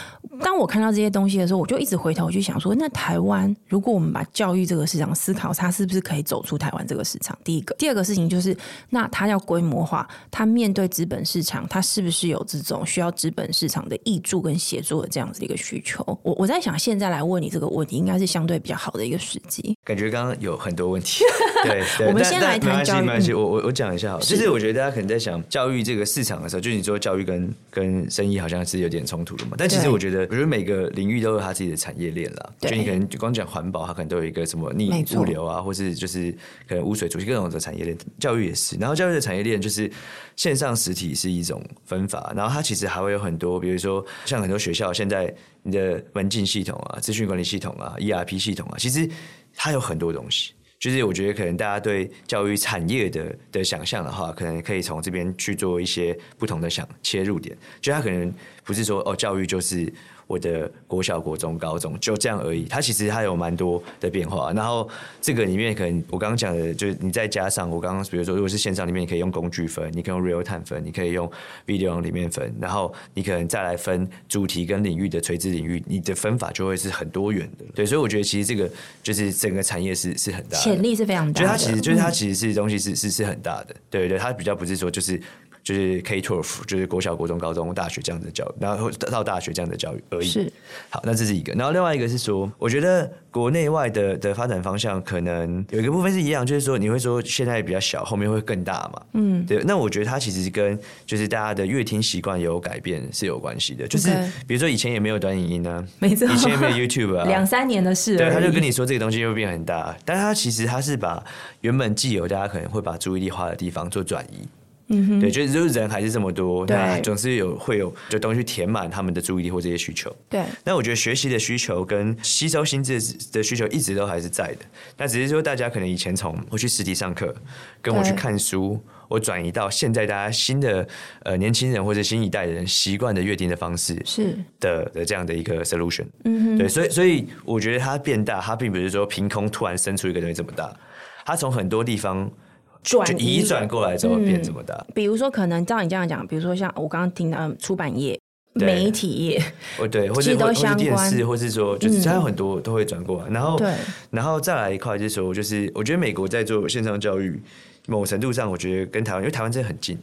A: 当我看到这些东西的时候，我就一直回头去想说，那台湾如果我们把教育这个市场思考，它是不是可以走出台湾这个市场？第一个，第二个事情就是，那它要规模化，它面对资本市场，它是不是有这种需要资本市场的益助跟协作的这样子的一个需求？我我在想，现在来问你这个问题，应该是相对比较好的一个时机。 *laughs*
B: 感觉刚刚有很多问题，对，对
A: 我们
B: 但
A: 先
B: 但
A: 来
B: 没
A: 谈
B: 关系
A: 教育
B: 没关系，我我我讲一下好了，就是我觉得大家可能在想教育这个市场的时候，就是你说教育跟跟生意好像是有点冲突的嘛，但其实
A: 对
B: 我觉得，我觉得每个领域都有它自己的产业链啦。
A: 对
B: 就你可能光讲环保，它可能都有一个什么
A: 没
B: 逆
A: 错
B: 物流啊，或是就是可能污水、主题各种的产业链，教育也是。然后教育的产业链就是线上实体是一种分法，然后它其实还会有很多，比如说像很多学校现在你的门禁系统啊、资讯管理系统啊、ERP 系统啊，其实它有很多东西。就是我觉得可能大家对教育产业的的想象的话，可能可以从这边去做一些不同的想切入点。就它可能不是说哦，教育就是我的国小、国中、高中就这样而已。它其实它有蛮多的变化。然后这个里面可能我刚刚讲的，就是你再加上我刚刚比如说，如果是线上里面，你可以用工具分，你可以用 real time 分，你可以用 video 里面分，然后你可能再来分主题跟领域的垂直领域，你的分法就会是很多元的。对，所以我觉得其实这个就是整个产业是是很大的
C: 潜力是非常大
B: 就
C: 的。
B: 是它其实就是它其实是东西是是是很大的，对对，它比较不是说就是就是 K twelve 就是国小、国中、高中、大学这样的教育，然后到大学这样的教育而已。
A: 是
B: 好，那这是一个，然后另外一个是说，我觉得国内外的的发展方向可能有一个部分是一样，就是说你会说现在比较小，后面会更大嘛，嗯，对。那我觉得它其实跟就是大家的乐听习惯有改变是有关系的，就是
A: OK
B: 比如说以前也没有短影音啊，
C: 没错
B: 以前也没有 YouTube
A: *laughs* 嗯
B: 啊，
C: 两三年的事而
B: 对，
C: 已，
B: 他就跟你说这个东西会变很大，但他其实他是把原本既有大家可能会把注意力花的地方做转移。嗯哼，对，就是就是人还是这么多，
A: 对
B: 那总是有会有就东西去填满他们的注意力或这些需求。
A: 对，
B: 那我觉得学习的需求跟吸收新知的需求一直都还是在的，那只是说大家可能以前从我去实体上课，跟我去
A: 对
B: 看书，我转移到现在大家新的呃年轻人或者新一代的人习惯的阅听的方式，
A: 是
B: 的的这样的一个 solution。嗯哼，对，所以所以我觉得它变大，它并不是说凭空突然生出一个东西这么大，它从很多地方
A: 转嗯
B: 就移转过来之后变这么大。
A: 比如说，可能照你这样讲，比如说像我刚刚听到嗯出版业、
B: 对
A: 媒体业，
B: 哦，对，或
A: 其
B: 者
A: 实都
B: 或或是
A: 相
B: 电
A: 关嗯
B: 视，或是说就是它有很多都会转过来，然后
A: 对
B: 然后再来一块就是说，就是我觉得美国在做线上教育，某程度上我觉得跟台湾，因为台湾真的很近。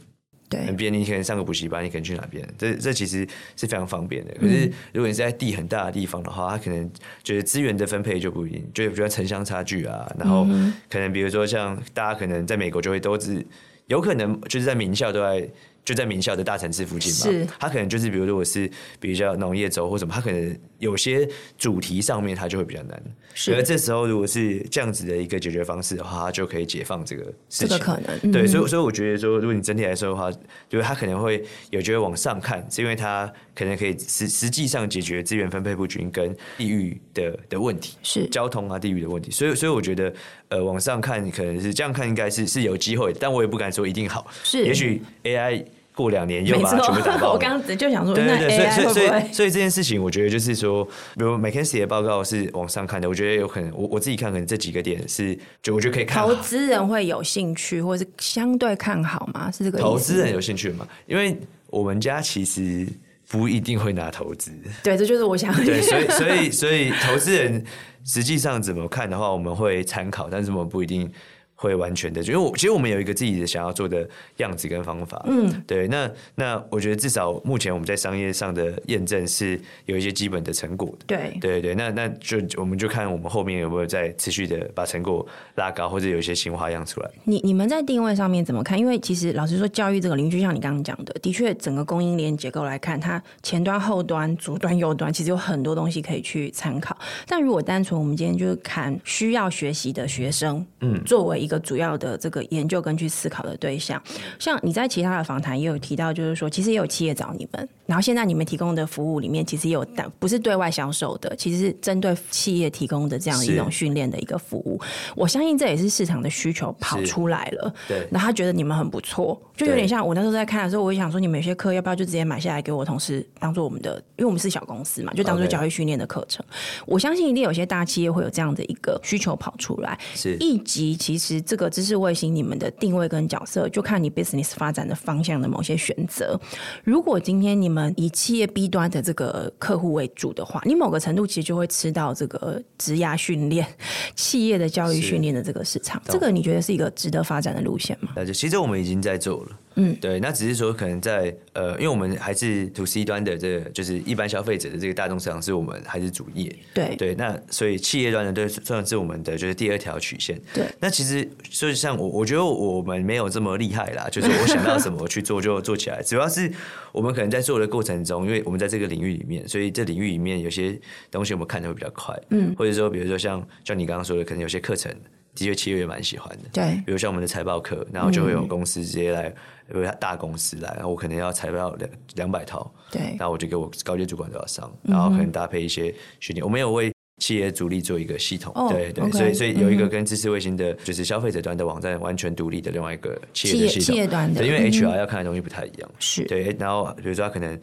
B: 很
A: 对
B: 便利，你可能上个补习班，你可能去哪边，这这其实是非常方便的。可是
A: 嗯
B: 如果你是在地很大的地方的话，它可能就是资源的分配就不一定，就是比如说城乡差距
A: 嗯
B: 啊，然后可能比如说像大家可能在美国就会都是有可能就是在名校都在。就在名校的大城市附近
A: 是
B: 嘛，它可能就是，比如说我是比较农业州或什么，它可能有些主题上面它就会比较难。
A: 是
B: 而这时候如果是这样子的一个解决方式的话，它就可以解放这个
A: 这
B: 事情。
A: 个可能嗯
B: 对，所以所以我觉得说，如果你整体来说的话，就是它可能会有机会往上看，是因为它可能可以实实际上解决资源分配不均跟地域的的问题，
A: 是
B: 交通啊地域的问题。所以所以我觉得，呃，往上看可能是这样看，应该是是有机会的，但我也不敢说一定好，
A: 是
B: 也许 AI 过两年又
A: 没
B: 把它
A: 错
B: 全部打。爆
A: *laughs* 我
B: 了。
A: 刚刚就想说，
B: 对
A: 那
B: 对对，所
A: AI
B: 以所
A: 会
B: 以所以
A: 不会
B: 所以这件事情，我觉得就是说，比如 McKinsey 的报告是往上看的，我觉得有可能，我我自己看可能这几个点是，就我觉得可以看
A: *laughs*
B: 好
A: 投资人会有兴趣，或是相对看好吗？是这个意思
B: 投资人有兴趣吗？因为我们家其实不一定会拿投资，
A: 对，这就是我想
B: *laughs* 对，所以所以所以投资人实际上怎么看的话，我们会参考，但是我们不一定。会完全的，因为我其实我们有一个自己的想要做的样子跟方法，嗯，对。那那我觉得至少目前我们在商业上的验证是有一些基本的成果的，
A: *laughs* 对
B: 对对，那那就我们就看我们后面有没有再持续的把成果拉高，或者有一些新花样出来。
A: 你你们在定位上面怎么看？因为其实老实说，教育这个领域，就像你刚刚讲的，的确整个供应链结构来看，它前端、后端、左端、右端，其实有很多东西可以去参考。但如果单纯我们今天就是看需要学习的学生，嗯，作为一个主要的这个研究跟去思考的对象，像你在其他的访谈也有提到，就是说其实也有企业找你们，然后现在你们提供的服务里面，其实也有但不是对外销售的，其实是针对企业提供的这样的一
B: 是
A: 种训练的一个服务。我相信这也是市场的需求跑
B: 是
A: 出来了。
B: 对
A: 然后他觉得你们很不错，就有点像我那时候在看的时候，我也想说你们有些课要不要就直接买下来给我同事当做我们的，因为我们是小公司嘛，就当做
B: OK
A: 教育训练的课程。我相信一定有些大企业会有这样的一个需求跑出来。
B: 是
A: 一级其实这个知识卫星你们的定位跟角色，就看你 business 发展的方向的某些选择。如果今天你们以企业 B 端的这个客户为主的话，你某个程度其实就会吃到这个职涯训练、企业的教育训练的这个市场。这个你觉得是一个值得发展的路线吗？
B: 那就其实我们已经在做了，嗯，对，那只是说可能在呃，因为我们还是 to C 端的这个，就是一般消费者的这个大众市场是我们还是主业，
A: 对
B: 对，那所以企业端的对算是我们的就是第二条曲线，
A: 对
B: 那其实所以像我，我觉得我们没有这么厉害啦，就是我想到什么我去做就做起来，主要是我们可能在做的过程中，因为我们在这个领域里面，所以这领域里面有些东西我们看的会比较快，嗯，或者说比如说像像你刚刚说的，可能有些课程。的确，企业也蛮喜欢的。
A: 对
B: 比如像我们的财报课，然后就
A: 嗯
B: 会有公司直接来，比如大公司来，然后我可能要财报两两百套，
A: 对嗯
B: 那我就给我高阶主管都要上，然后可能搭配一些训练。我们有为企业主力做一个系统，
A: 哦
B: 对对
A: OK，嗯
B: 所以所以有一个跟知识卫星的，就是消费者端的网站完全独立的另外一个企业的系统，
A: 企业企业端的
B: 对，因为
A: 嗯
B: HR 要看的东西不太一样，
A: 是
B: 对，然后比如说他可能。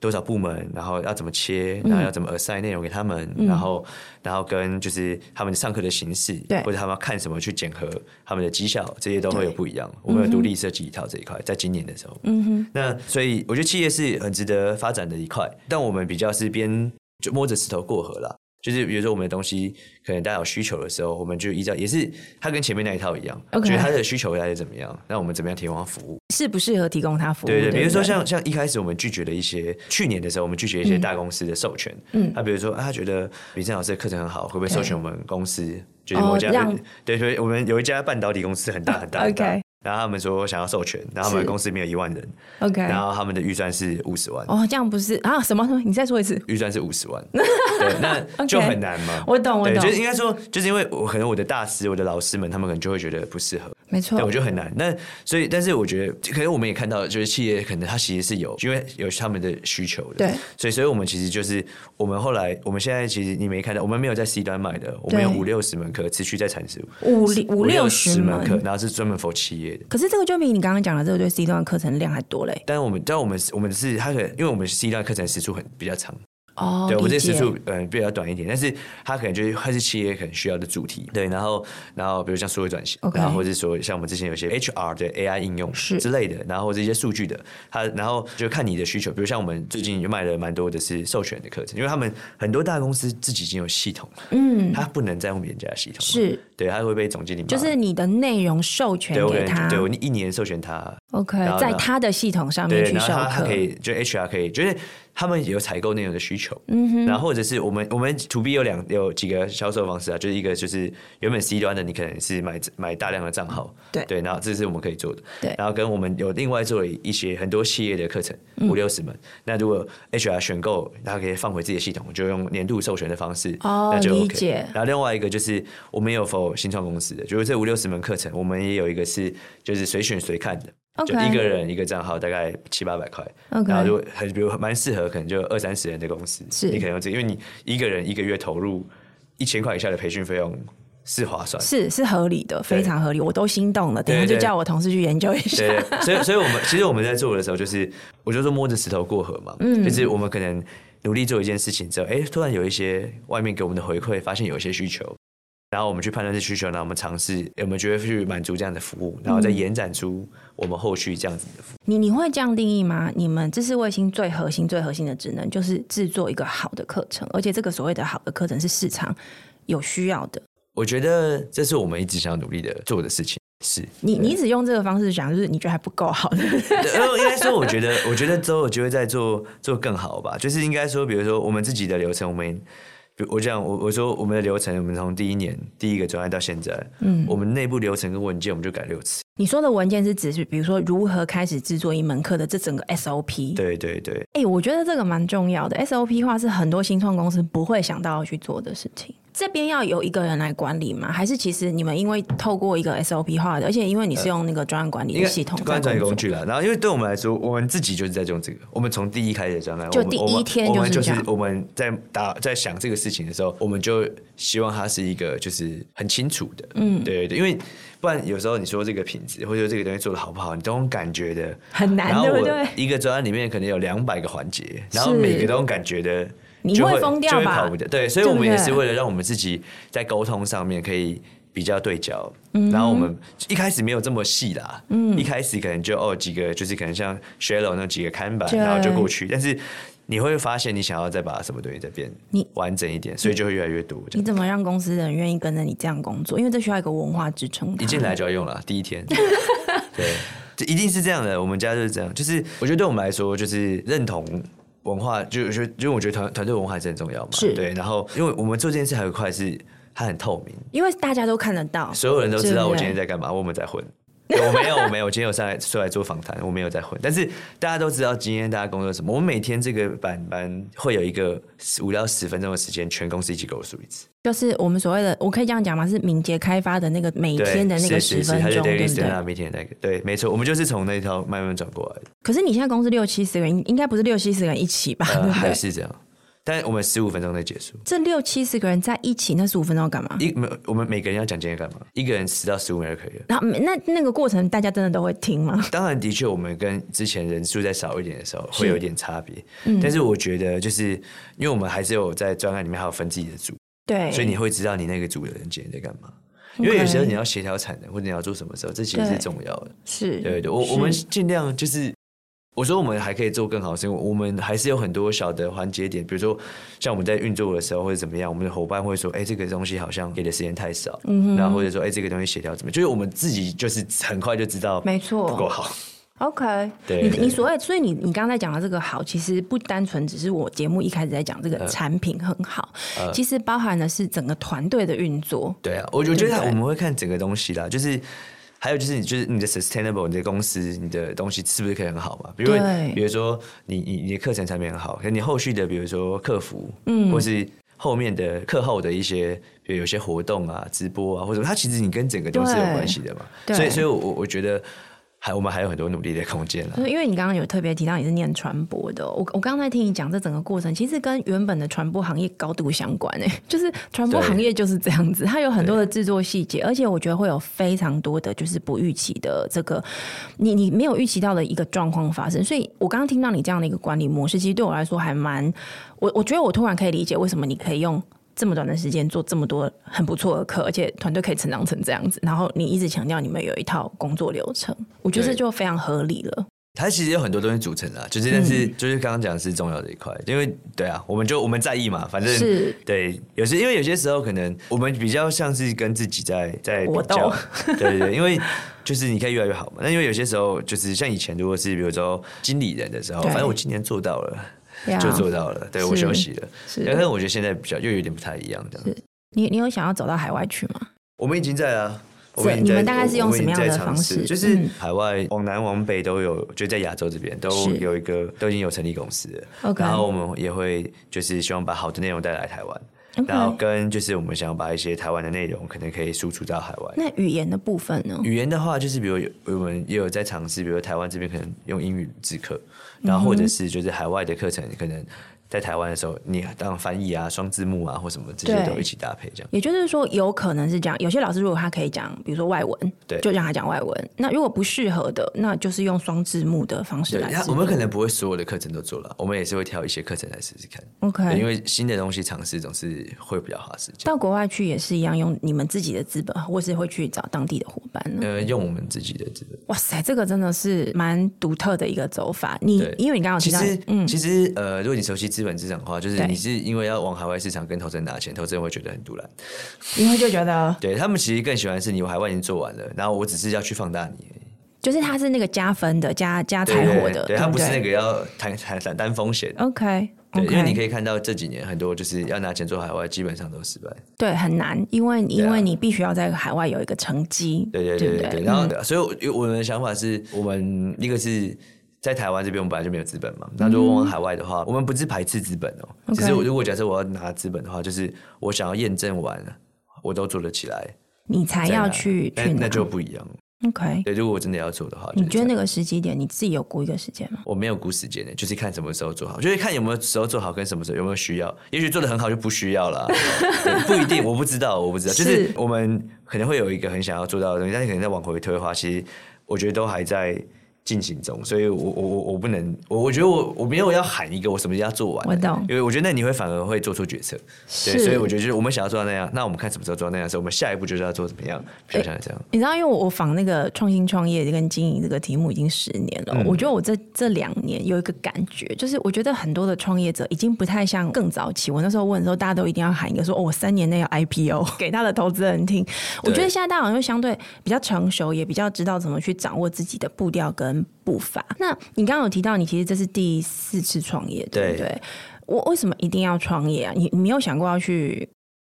B: 多少部门，然后要怎么切，
A: 嗯
B: 然后要怎么 assign 内容给他们，然后，然后跟就是他们上课的形式，
A: 对
B: 或者他们要看什么去检核他们的绩效，这些都会有
A: 对
B: 不一样。我们有独立设计一套这一块，在今年的时候，嗯哼，那所以我觉得企业是很值得发展的一块，但我们比较是边就摸着石头过河啦。就是比如说我们的东西，可能大家有需求的时候，我们就依照也是它跟前面那一套一样
A: OK
B: 觉得它的需求大概怎么样，那我们怎么样提供它服务？
A: 适不适合提供他服务？
B: 对
A: 对
B: 对，
A: 不
B: 比如说
A: 对嗯
B: 像像一开始我们拒绝了一些，去年的时候我们拒绝一些大公司的授权，嗯，他、比如说啊，他觉得李正老师的课程很好，会不会授权我们公司？就是某家、
A: 哦让
B: *laughs* 对，所以我们有一家半导体公司很大很大
A: *laughs*
B: 很大
A: OK
B: 然后他们说想要授权，然后他们
A: 是
B: 公司里面有一万人，
A: OK，
B: 然后他们的预算是五十万，
A: 哦，这样不是啊？什么？什么你再说一次？
B: 预算是五十
A: *laughs*
B: 万，对，那就
A: OK
B: 很难嘛。
A: 我懂我
B: 对，
A: 懂
B: 就是应该说，就是因为我可能我的大师、我的老师们，他们可能就会觉得不适合，
A: 没错
B: 对，我觉得很难。那所以，但是我觉得，可能我们也看到，就是企业可能它其实是有，因为有他们的需求的。
A: 对，
B: 所以，所以我们其实就是我们后来，我们现在其实你没看到，我们没有在 C 端卖的，我们有
A: 对
B: 五六十门课持续在产出
A: 五五六
B: 十
A: 十
B: 门
A: 门
B: 课，然后是专门 for 企业的。
A: 可是这个就比你刚刚讲的这个对 C 端的课程量还多嘞。
B: 但我们，但我们我们是它可能，因为我们 C 端课程时数很比较长，
A: 哦，
B: 对，我们这
A: 理
B: 个时
A: 解。
B: 速嗯比较短一点，但是它可能就是它是企业可能需要的主题，对，然后然后比如像数位转型
A: OK
B: 然后或者说像我们之前有些 HR 的 AI 应用
A: 是
B: 之类的，然后这些数据的，它然后就看你的需求，比如像我们最近也卖了蛮多的是授权的课程，因为他们很多大公司自己已经有系统，嗯，它不能再用别人家的系统，
A: 是，
B: 对，它会被总经理骂
A: 就是你的内容授权
B: 啊对我可
A: 给
B: 能
A: 他
B: 对我一年授权他
A: OK，
B: 然后
A: 在
B: 呢
A: 他的系统上
B: 对，
A: 面去
B: 然后
A: 授
B: 他他
A: 课
B: 可，以，就 HR 可以，就是他们有采购内容的需求，嗯哼，然后或者是我们我们 to B 有两有几个销售方式啊，就是一个就是原本 C 端的你可能是买买大量的账号，
A: 对
B: 对，然后这是我们可以做的，
A: 对
B: 然后跟我们有另外做了一些很多系列的课程
A: 嗯
B: 五六十门，那如果 HR 选购，他可以放回自己的系统，就用年度授权的方式，
A: 哦
B: 那就 OK
A: 理解
B: 然后另外一个就是我们有否新创公司的，就是这五六十门课程，我们也有一个是就是随选随看的。就
A: OK
B: 一个人一个账号大概七八百块
A: OK
B: 然后如果很比如蛮适合，可能就二三十人的公司，
A: 是
B: 你可能用这个因为你一个人一个月投入一千块以下的培训费用是划算的。
A: 是是合理的，非常合理，我都心动了。等一下
B: 对对
A: 就叫我同事去研究一下。
B: 对，所以所以我们其实我们在做的时候，就是我就说摸着石头过河嘛，
A: 嗯
B: 就是我们可能努力做一件事情之后，哎，突然有一些外面给我们的回馈，发现有一些需求，然后我们去判断这需求，然后我们尝试，我们就会去满足这样的服务，然后再延展出我们后续这样子的服务。
A: *laughs* 你你会这样定义吗？你们知识卫星最核心、最核心的职能就是制作一个好的课程，而且这个所谓的好的课程是市场有需要的。
B: 我觉得这是我们一直想要努力的做的事情。是， *laughs*
A: 你你一直用这个方式讲，就是你觉得还不够好的。 *laughs*
B: 对呃应该说，我觉得， *laughs* 我觉得之后有机会再做做更好吧。就是应该说，比如说我们自己的流程，我们比如我讲，我我说我们的流程，我们从第一年第一个专案到现在，嗯，我们内部流程跟文件我们就改六次。
A: 你说的文件是指是，比如说如何开始制作一门课的这整个 SOP。
B: 对对对，
A: 哎、我觉得这个蛮重要的。SOP 化是很多新创公司不会想到要去做的事情。这边要有一个人来管理吗？还是其实你们因为透过一个 SOP 化的，而且因为你是用那个专案管理
B: 呃应
A: 的
B: 该
A: 系统在
B: 专
A: 工
B: 案
A: 作
B: 工具了。然后，因为对我们来说，我们自己就是在用这个。我们从第一开始的专案，
A: 就
B: 我们
A: 第一
B: 我们
A: 天
B: 我们
A: 就是这
B: 就是
A: 样
B: 我们在打在想这个事情的时候，我们就希望它是一个就是很清楚的，嗯，对对对，因为不然有时候你说这个品质或者说这个东西做的好不好，你都用感觉的，
A: 很难
B: 然后
A: 对不
B: 我
A: 对
B: 一个专案里面可能有两百个环节，然后每个都用感觉的，
A: 你
B: 就
A: 会疯掉吧
B: 就会跑不掉。对，所以
A: 对
B: 我
A: 不
B: 们也
A: 对
B: 是为了让我们自己在沟通上面可以比较对焦。
A: 嗯
B: 然后我们一开始没有这么细啦，嗯，一开始可能就哦几个就是可能像 Shallow 那几个看板，
A: 对
B: 然后就过去，但是。你会发现，你想要再把什么东西再变
A: 你
B: 完整一点，所以就会越来越多。这
A: 你
B: 样
A: 怎么让公司的人愿意跟着你这样工作？因为这需要一个文化支撑它。 *laughs*
B: 一进来就要用了，第一天。对，这一定是这样的。我们家就是这样，就是我觉得对我们来说，就是认同文化，就就就我觉得团团队文化还是很重要嘛。
A: 是
B: 对，然后因为我们做这件事还有一块是它很透明，
A: 因为大家都看得到，
B: 所有人都知道我今天
A: 在
B: 在干嘛，我有没有在混。我没有，我没有，我今天有上来出来做访谈，我没有在混。但是大家都知道今天大家工作什么。我们每天这个板板会有一个五到十分钟的时间，全公司一起给我数一次。
A: 就是我们所谓的，我可以这样讲吗？是敏捷开发的那个每
B: 对，
A: 天的那个
B: 是
A: 十
B: 是是啊
A: 分
B: 它就
A: 钟，对
B: daily
A: 不
B: stand
A: 对？
B: up meeting 的那个，对，没错，我们就是从那一套慢慢转过来的。
A: 可是你现在公司六七十个人，应该不是六七十个人一起吧？对
B: 呃，
A: 不
B: 还
A: 对？
B: 是
A: *laughs*
B: 这样。但我们十五分钟内结束。
A: 这六七十个人在一起，那十五分钟要干嘛？
B: 一没有，我们每个人要讲今天干嘛？一个人十到十五秒就可以了。
A: 然后那那个过程，大家真的都会听吗？
B: 当然，的确，我们跟之前人数再少一点的时候会有一点差别。
A: 嗯
B: 但是我觉得，就是因为我们还是有在专案里面还有分自己的组，
A: *laughs* 对，
B: 所以你会知道你那个组的人今天在干嘛。因为有些时候你要协调产能，或者你要做什么时候，这其实
A: 嗯
B: 是
A: 对
B: 重要的。
A: 是
B: 对对，我我们尽量就是，我说我们还可以做更好，是因为我们还是有很多小的环节点，比如说像我们在运作的时候或者怎么样，我们的伙伴会说，
A: 嗯
B: 哎、这个东西好像给的时间太少，然后或者说，哎、这个东西协调怎么样，就是我们自己就是很快就知道
A: 没错
B: 不够好，
A: OK，
B: 对
A: 你
B: 对
A: 你所谓，所以你你刚才讲的这个好，其实不单纯只是我节目一开始在讲这个产品很好，其实包含的是整个团队的运作。
B: 对啊，我我觉
A: 对
B: 得
A: 不对
B: 我们会看整个东西啦，就是。还有就是你就是你的 sustainable，你的公司你的东西是不是可以很好嘛？比如
A: 对
B: 比如说你你你的课程产品很好，可你后续的比如说客服，嗯，或是后面的课后的一些，比如有些活动啊、直播啊，或者它其实你跟整个都是有
A: 对
B: 关系的嘛。
A: 对
B: 所以所以我我我觉得还我们还有很多努力的空间啦
A: 就。是因为你刚刚有特别提到你是念传播的哦、我我刚才听你讲这整个过程，其实跟原本的传播行业高度相关诶、就是传播
B: 对
A: 行业就是这样子，它有很多的制作细节，而且我觉得会有非常多的就是不预期的这个你你没有预期到的一个状况发生，所以我刚刚听到你这样的一个管理模式，其实对我来说还蛮我我觉得我突然可以理解为什么你可以用。这么短的时间做这么多很不错的课，而且团队可以成长成这样子，然后你一直强调你们有一套工作流程，我觉得这
B: 对
A: 就非常合理了。
B: 它其实有很多东西组成啦，就是但是、
A: 嗯
B: 就是刚刚讲的是重要的一块，因为对啊，我们就我们在意嘛，反正
A: 是
B: 对，有时因为有些时候可能我们比较像是跟自己在在比
A: 搏
B: 较
A: 斗，
B: 对对对，因为就是你可以越来越好嘛。那因为有些时候就是像以前，如果是比如说经理人的时候，
A: 对
B: 反正我今年做到了。
A: 呀
B: *laughs* 就做到了，对我
A: 是
B: 休息了。
A: 是
B: 但是我觉得现在比较又有点不太一样这样。
A: 你你有想要走到海外去吗？
B: 我们已经在啊，我
A: 是
B: 们已经在
A: 你们大概是用
B: 我们已经
A: 什么样的
B: 在尝
A: 方式
B: 试就是
A: 嗯
B: 海外往南往北都有，就在亚洲这边都
A: 是
B: 有一个都已经有成立公司了。
A: OK
B: 然后我们也会就是希望把好的内容带来台湾。
A: OK
B: 然后跟就是我们想要把一些台湾的内容可能可以输出到海外。
A: 那语言的部分呢？
B: 语言的话，就是比如有我们也有在尝试，比如台湾这边可能用英语制课，
A: 嗯
B: 然后或者是就是海外的课程，可能在台湾的时候，你当翻译啊、双字幕啊或什么这些
A: 对
B: 都一起搭配这样。
A: 也就是说，有可能是这样。有些老师如果他可以讲，比如说外文，
B: 对
A: 就让他讲外文。那如果不适合的，那就是用双字幕的方式
B: 对，
A: 来制
B: 那
A: 作。
B: 我们可能不会所有的课程都做了，我们也是会挑一些课程来试试看。对
A: OK，
B: 因为新的东西尝试总是会比较花时间。
A: 到国外去也是一样，用你们自己的资本，或是会去找当地的伙伴呢。
B: 呃，用我们自己的资本。
A: 哇塞，这个真的是蛮独特的一个走法。你
B: 对
A: 因为你刚刚有提
B: 其
A: 到，嗯
B: 实，其实，呃，如果你熟悉资本市场的话，就是
A: 对
B: 你是因为要往海外市场跟投资人拿钱，投资人会觉得很突然。
A: 因为就觉得
B: 对他们其实更喜欢是你我海外已经做完了，然后我只是要去放大你而已。
A: 就是他是那个加分的、加加
B: 对
A: 柴火
B: 对
A: 的，
B: 对，他不是那
A: 个。
B: 个要谈谈谈担风险。
A: OK，
B: 对，因为你可
A: 以
B: 以看到这几年很多就是要拿钱做海外，基本上都失败。
A: 对很难，因为因为你必须要在海外有一个成绩，
B: 啊对
A: 对嗯
B: 对对
A: 不
B: 对对。然后，所以我我们的想法是我们一个是在台湾这边，我们本来就没有资本嘛。那如果往海外的话，我们不是排斥资本哦、
A: 嗯 OK
B: 只是如果假设我要拿资本的话，就是我想要验证完，我都做得起来，啊
A: 你才要去
B: 那
A: 去拿
B: 哎那就不一样。
A: OK。
B: 对，如果我真的要做的话，
A: 你
B: 就是这
A: 觉
B: 样
A: 得那个时机点，你自己有估一个时间吗？
B: 我没有估时间的，就是看什么时候做好，就是看有没有时候做好跟什么时候有没有需要。也许做的很好就不需要了，对不一定，我不知道，我不知道。就是
A: 是
B: 我们可能会有一个很想要做到的东西，但是可能再往回推的话，其实我觉得都还在进行中，所以我我我我不能，我我觉得我我没有要喊一个我什么叫做完，
A: 我懂
B: 因为我觉得那你会反而会做出决策，对，
A: 是
B: 所以我觉得就是我们想要做到那样，那我们看什么时候做到那样的时候，我们下一步就是要做怎么样，比较像这样。
A: 你知道，因为我我仿那个创新创业跟经营这个题目已经十年了，我觉得我这这两年有一个感觉，就是我觉得很多的创业者已经不太像更早期。我那时候问的时候，大家都一定要喊一个说，哦，我三年内要 IPO *laughs* 给他的投资人听。我觉得现在大家好像相对比较成熟，也比较知道怎么去掌握自己的步调跟步伐。那你刚刚有提到，你其实这是第四次创业，对不
B: 对
A: 对？我为什么一定要创业啊？你你没有想过要去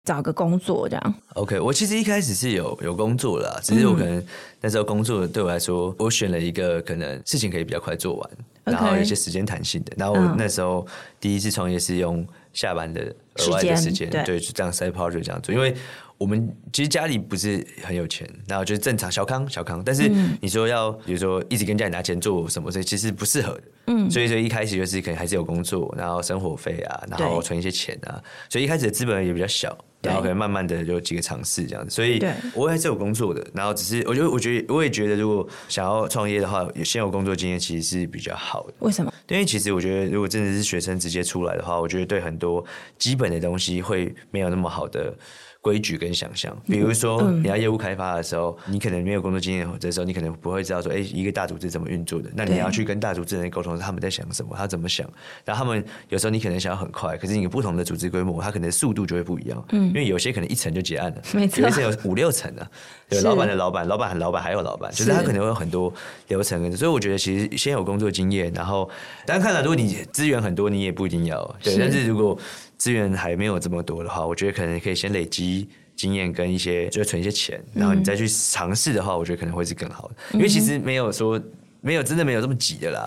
A: 找个工作这样？
B: OK，我其实一开始是有有工作啦，只是
A: 嗯
B: 我可能那时候工作对我来说，我选了一个可能事情可以比较快做完，然后有一些时间弹性的。然后我
A: 嗯
B: 那时候第一次创业是用下班的额外
A: 时间
B: 的时间，
A: 对
B: 对，就这样 side project 这样做，因为。我们其实家里不是很有钱，然后就是正常小康小康，但是
A: 嗯
B: 你说要比如说一直跟家里拿钱做什么，所以其实不适合的。嗯，所以所以一开始就是可能还是有工作，然后生活费啊，然后
A: 对
B: 存一些钱啊，所以一开始的资本也比较小，
A: 对
B: 然后可能慢慢的有几个尝试这样子，所以
A: 对
B: 我还是有工作的。然后只是我觉得，我觉得我也觉得，如果想要创业的话，也先有工作经验其实是比较好的。
A: 为什么？
B: 因为其实我觉得，如果真的是学生直接出来的话，我觉得对很多基本的东西会没有那么好的规矩跟想象。比如说，
A: 嗯
B: 你要业务开发的时候，你可能没有工作经验的时候，你可能不会知道说，哎、一个大组织怎么运作的。那你
A: 对
B: 要去跟大组织的人沟通，他们在想什么，他怎么想。然后他们有时候你可能想要很快，可是你不同的组织规模，它可能速度就会不一样。嗯，因为有些可能一层就结案了，
A: 没错
B: 有些有五六层呢、对，
A: 是
B: 老板的老板，老板和老板还有老板，就是
A: 是
B: 他可能会有很多流程跟，所以我觉得其实先有工作经验，然后当然看了，如果你资源很多，你也不一定要对，
A: 是
B: 但是如果资源还没有这么多的话，我觉得可能可以先累积。经验跟一些就是存一些钱，然后你再
A: 嗯
B: 去尝试的话，我觉得可能会是更好的，因为其实没有说没有真的没有这么急的啦，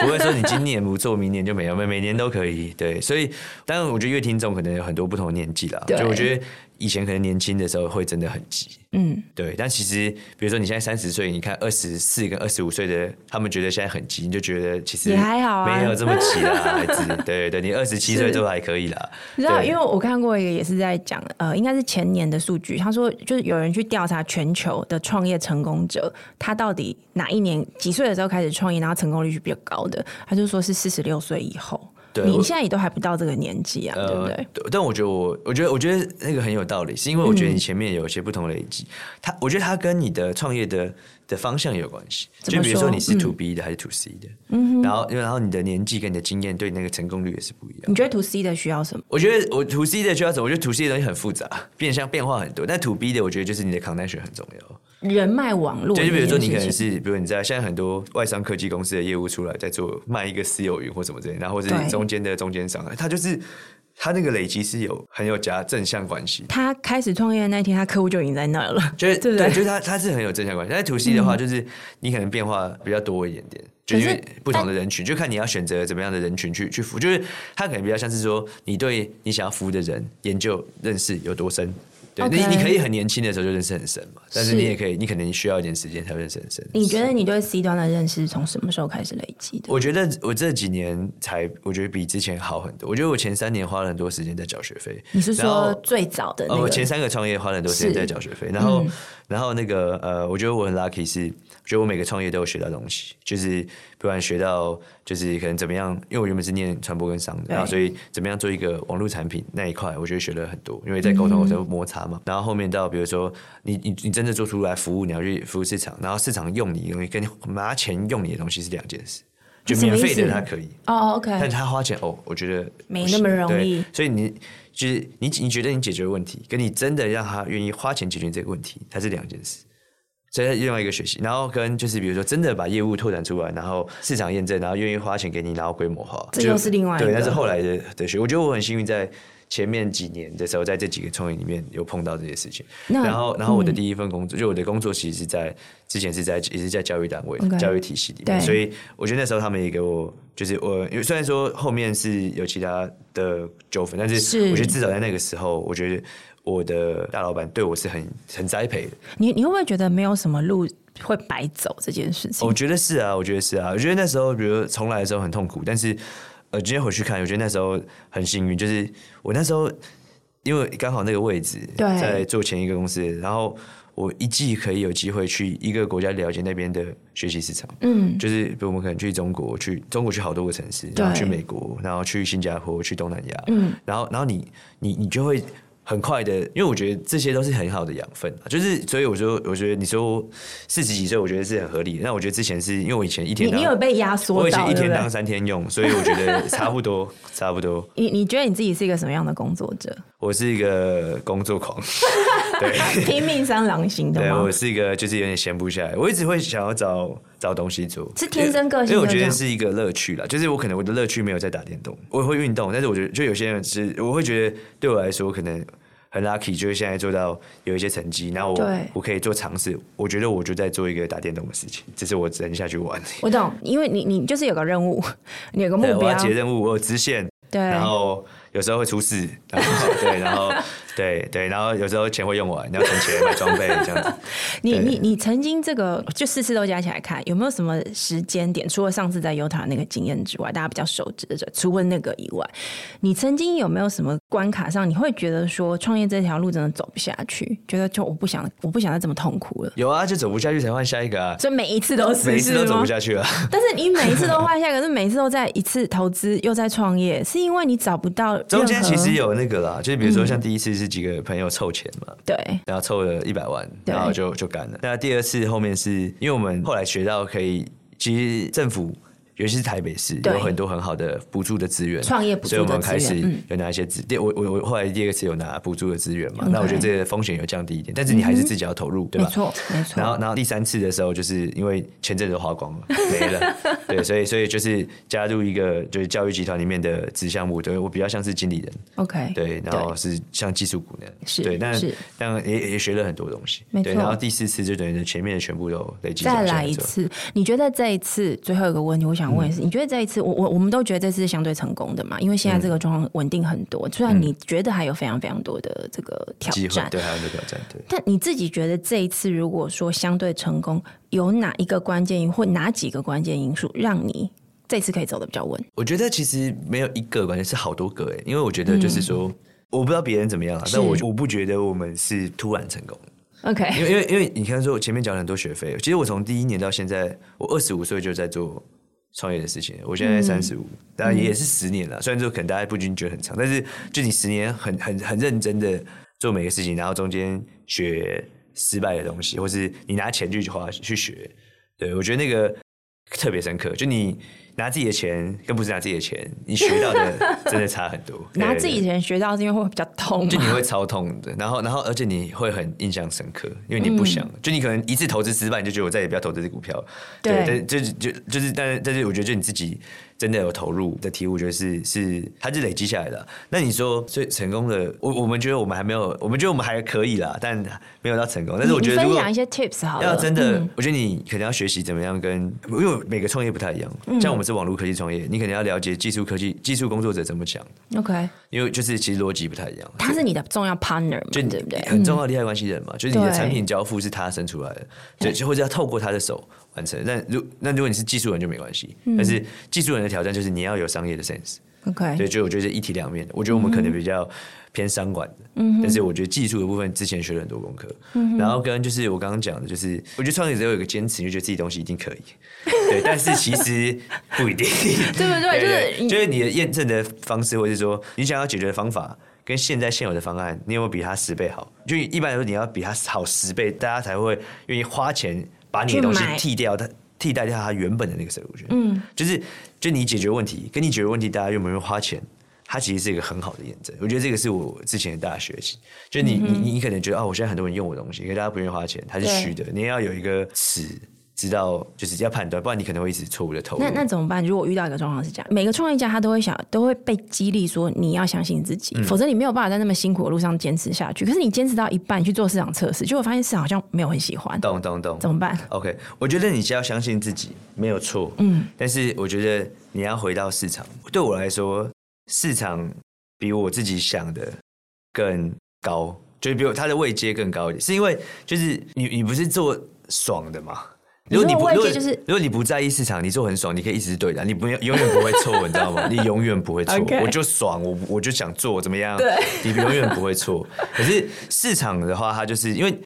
B: 不会说你今年不做，明年就没有，每每年都可以对，所以当然我觉得乐听众可能有很多不同的年纪啦，
A: 对
B: 就我觉得以前可能年轻的时候会真的很急，
A: 嗯，
B: 对，但其实比如说你现在三十岁，你看二十四跟二十五岁的，他们觉得现在很急，你就觉得其实
A: 也还好啊
B: 没有这么急
A: *laughs*
B: 啦，孩子。对对，你二十七岁都还可以啦。
A: 你知道，
B: 对
A: 因为我看过一个也是在讲，呃，应该是前年的数据，他说就是有人去调查全球的创业成功者，他到底哪一年几岁的时候开始创业，然后成功率是比较高的，他就说是四十六岁以后。
B: 对呃
A: 你
B: 我
A: 现在也都还不到这个年纪啊，对不对？
B: 对但我觉得我，我觉得，我觉得那个很有道理，是因为我
A: 嗯
B: 觉得你前面有一些不同的累积，它，我觉得它跟你的创业的的方向有关系。
A: 怎
B: 就
A: 么
B: 比如说
A: 说嗯
B: 你是 to B 的还是 to C 的，嗯、然后然后你的年纪跟你的经验对你那个成功率也是不一样。
A: 你觉得 to C 的需要什么？
B: 我觉得我 to C 的需要什么？我觉得 to C 的东西很复杂，变相变化很多。但 to B 的，我觉得就是你的 connection 很重要。
A: 人脉网络这
B: 对，
A: 件事情，
B: 就比如说你可能是，比如你在现在很多外商科技公司的业务出来在做卖一个私有云或什么之类，然后或者
A: 对
B: 是中间的中间商，他就是他那个累积是有很有加正向关系。
A: 他开始创业的那一天，他客户就已经在那儿了，
B: 就是
A: 对不嗯
B: 对，就是他他是很有正向关系。但 to C 的话，就是你可能变化比较多一点点，就因
A: 可是
B: 为不同的人群，就看你要选择怎么样的人群去去服务。就是他可能比较像是说，你对你想要服务的人研究认识有多深。对
A: OK
B: 你你可以很年轻的时候就认识很深嘛，但是
A: 是
B: 你也可以，你可能需要一点时间才会认识很深。
A: 你觉得你对 C 端的认识从什么时候开始累积的？
B: 我觉得我这几年才，我觉得比之前好很多。我觉得我前三年花了很多时间在缴学费。
A: 你是
B: 然
A: 说
B: 后
A: 最早的那
B: 呃，
A: 个？
B: 我前三个创业花了很多时间
A: 是嗯
B: 在缴学费，然后，然后那个呃，我觉得我很 lucky，是我觉得我每个创业都有学到东西，就是不管学到就是可能怎么样，因为我原本是念传播跟商的，
A: 对
B: 然后所以怎么样做一个网络产品那一块，我觉得学了很多，因为在沟通的
A: 嗯
B: 时候摩擦嘛，然后后面到比如说你你你真的做出来服务，你要去服务市场，然后市场用你的东西跟拿钱用你的东西是两件事，就
A: 啊什么
B: 免
A: 意
B: 费的
A: 思
B: 它可以，
A: 哦，OK、o k
B: 但他花钱哦，我觉得
A: 没
B: 不行
A: 那么容
B: 对
A: 易
B: 所以你就是你，你觉得你解决问题，跟你真的让他愿意花钱解决这个问题，它是两件事。所以它另外一个学习，然后跟就是比如说真的把业务拓展出来，然后市场验证，然后愿意花钱给你，然后规模化，
A: 这
B: 就
A: 又是另外一个
B: 对，那是后来的的学。我觉得我很幸运，在前面几年的时候，在这几个创业里面有碰到这些事情。
A: 那嗯
B: 然后，然后我的第一份工作，就我的工作其实是在之前是在也是在教育单位、
A: OK
B: 教育体系里
A: 对
B: 面，所以我觉得那时候他们也给我，就是我因为虽然说后面是有其他的纠纷，但
A: 是
B: 是我觉得至少在那个时候，我觉得我的大老板对我是很很栽培的。
A: 你你会不会觉得没有什么路会白走这件事情？
B: 我觉得是啊，我觉得是啊，我觉得那时候，比如说重来的时候很痛苦，但是呃，今天回去看，我觉得那时候很幸运，就是我那时候因为刚好那个位置
A: 对
B: 在做前一个公司，然后我一季可以有机会去一个国家了解那边的学习市场。嗯，就是比如我们可能去中国，去中国去好多个城市，然后去美国，然后去新加坡，去东南亚。嗯，然后然后你你你就会。很快的，因为我觉得这些都是很好的养分啊，就是所以我说，我觉得你说四十几岁，我觉得是很合理的。那我觉得之前是因为我以前一天
D: 你
B: 当
D: 你有被压缩到，
B: 我以前
D: 对
B: 一天
D: 不对
B: 当三天用，所以我
D: *laughs*
B: 觉得差不多，差不多。
A: 你你觉得你自己是一个什么样的工作
B: *laughs*
A: 者？
B: 我是一个工作狂，
A: 拼命三郎型的
B: 对
A: 吗
B: 我？是一个就是有点闲不下来，我一直会想要找找东西做，
A: 是天生个性
B: 因为我
A: 就这
B: 觉得
A: 样
B: 是一个乐趣啦，就是我可能我的乐趣没有在打电动，我会运动，但是我觉得就有些人是我会觉得对我来说可能很 lucky，就是现在做到有一些成绩，然后我
A: 对
B: 我可以做尝试，我觉得我就在做一个打电动的事情，只是我只能下去玩， *laughs*
A: 我懂，因为你你就是有个任务， *laughs* 你有个目
B: 对，我
A: 标
B: 要，接任务，我有支线，
A: 对
B: 然后有时候会出事，然后对，
A: *laughs*
B: 然后对对，然后有时候钱会用完，你要存钱买装备
A: *laughs*
B: 这样子。
A: 你
B: 对
A: 你你曾经这个就四次都加起来看，有没有什么时间点？除了上次在犹他那个经验之外，大家比较熟知的，除了那个以外，你曾经有没有什么关卡上，你会觉得说创业这条路真的走不下去，觉得就我不想我不想再这么痛苦了？
B: 有啊，就走不下去才换下一个啊，
A: 所 *laughs* 以每一次都是，
B: 每一次都
A: 是
B: 走
A: 吗
B: 不下去啊。
A: 但是你每一次都换下，可是每一次都在一次投资又在创业，是因为你找不到任何嗯
B: 中间其实有那个啦，就是比如说像第一次是几个朋友凑钱嘛，
A: 对
B: 然后凑了一百万，
A: 对
B: 然后就就干了。那第二次后面是因为我们后来学到可以，其实政府。尤其是台北市
A: 对
B: 有很多很好的补助的资源，
A: 创业补助
B: 所以我们
A: 的资
B: 开始
A: 源嗯
B: 有拿一些资。第、我我我后来第二次有拿补助的资源嘛，那我觉得这个风险有降低一点，但是你还是自己要投入，对
A: 嗯没
B: 吧？
A: 错没错
B: 然后，然后第三次的时候，就是因为签证都
A: *laughs*
B: 花光了，没了，对，所以，所以就是加入一个就是教育集团里面的子项目，对我比较像是经理人，
A: ，OK，
B: 对，然后是像技术股那样，
A: 哎是
B: 对，但
A: 是
B: 但也也学了很多东西
A: 没，
B: 对，
A: 错
B: 然后第四次就等于前面的全部都累积，
A: 再来一，次，你觉得这一次最后一个问题，我想问的是，
B: 嗯
A: 你觉得这一次，我我我们都觉得这次是相对成功的嘛？因为现在
B: 嗯
A: 这个状况稳定很多，虽然你觉得还有非常非常多的这个挑
B: 机会
A: 战，
B: 对，还有很多挑战，对。
A: 但你自己觉得这一次如果说相对成功，有哪一个关键因或哪几个关键因素让你这次可以走得比较稳？
B: 我觉得其实没有一个，感觉是好多个哎，因为我觉得
A: 嗯
B: 就是说，我不知道别人怎么样啊，但我我不觉得我们是突然成功的。因
A: OK，
B: 为因为因为你看，说我前面讲了很多学费，其实我从第一年到现在，我二十五岁就在做创业的事情，我现在
A: 嗯
B: 三十五，当然也是十年了。虽然说可能大家不均觉得很长，但是就你十年很很很认真的做每个事情，然后中间学失败的东西，或是你拿钱去花去学，对我觉得那个特别深刻。就你拿自己的钱，跟不是拿自己的钱，你学到的真的差很
A: *laughs*
B: 多。
A: 拿
B: 对
A: 自己以前学到是因为会比较痛
B: 就
A: 嘛
B: 你会超痛的，然后然后而且你会很印象深刻，因为你
A: 嗯
B: 不想，就你可能一次投资失败，你就觉得我再也不要投资这股票。
A: 对
B: 但就是就就是，但是但是我觉得就你自己真的有投入的题，我觉得是是它是累积下来的啊。那你说最成功的，我我们觉得我们还没有，我们觉得我们还可以啦，但没有到成功。但是我
A: *laughs* 你
B: 觉得如
A: 分
B: 果
A: 享一些 tips 好嗯
B: 要
A: 了，
B: 真的，我觉得你可能要学习怎么样跟，因为每个创业不太一样，
A: 嗯
B: 像我们是网络科技创业，你可能要了解技术科技技术工作者怎么讲，
A: 嗯 OK，
B: 因为就是其实逻辑不太一样。
A: 他是你的重要 partner 嘛，
B: 就
A: 对不对？
B: 很重要的利害关系人嘛，就是你的
A: 对
B: 产品交付是他生出来的，就就或者要透过他的手完成。那如那如果你是技术人就没关系，但是技术人的挑战就是你要有商业的 sense。
A: OK，
B: 对，就我觉得是一体两面的。我觉得我们可
A: 嗯
B: 能比较偏商管的，但是我觉得技术的部分之前学了很多功课，
A: 嗯
B: 然后跟就是我刚刚讲的，就是我觉得创业者有一个坚持，就觉得自己东西一定可以，对，但是其实不一定，
A: *laughs* 对不对就是
B: 就是你的验证的方式，或是说你想要解决的方法。跟现在现有的方案，你有没有比它十倍好？就一般来说，你要比它好十倍，大家才会愿意花钱把你的东西
A: 去买
B: 替掉它，替代掉它原本的那个 solution。嗯，就是就你解决问题，跟你解决问题，大家愿不愿意花钱，它其实是一个很好的验证。我觉得这个是我之前的大学习，就
A: 嗯
B: 你、你你可能觉得啊，我现在很多人用我的东西，可是大家不愿意花钱，它是
A: 对
B: 虚的。你要有一个尺，知道就是要判断，不然你可能会一直错误的投入。
A: 那那怎么办？如果遇到一个状况是这样，每个创业家他都会想，都会被激励说你要相信自己，
B: 嗯
A: 否则你没有办法在那么辛苦的路上坚持下去。可是你坚持到一半，你去做市场测试，结果发现市场好像没有很喜欢，
B: 懂懂懂，
A: 怎么办？
B: OK，我觉得你是要相信自己，没有错。嗯，但是我觉得你要回到市场，对我来说，市场比我自己想的更高，就是比我它的位阶更高一点，是因为就是你你不是做爽的嘛？
A: 你
B: 如
A: 说
B: 果你不
A: 位阶
B: 如果
A: 就是
B: 如果你不在意市场，你做很爽，你可以一直对的，你不永远不会错，你
A: *laughs*
B: 知道吗？你永远不会错
A: OK
B: 我就爽，我我就想做怎么样，
A: 对
B: 你永远不会错。可是市场的话，它就是因为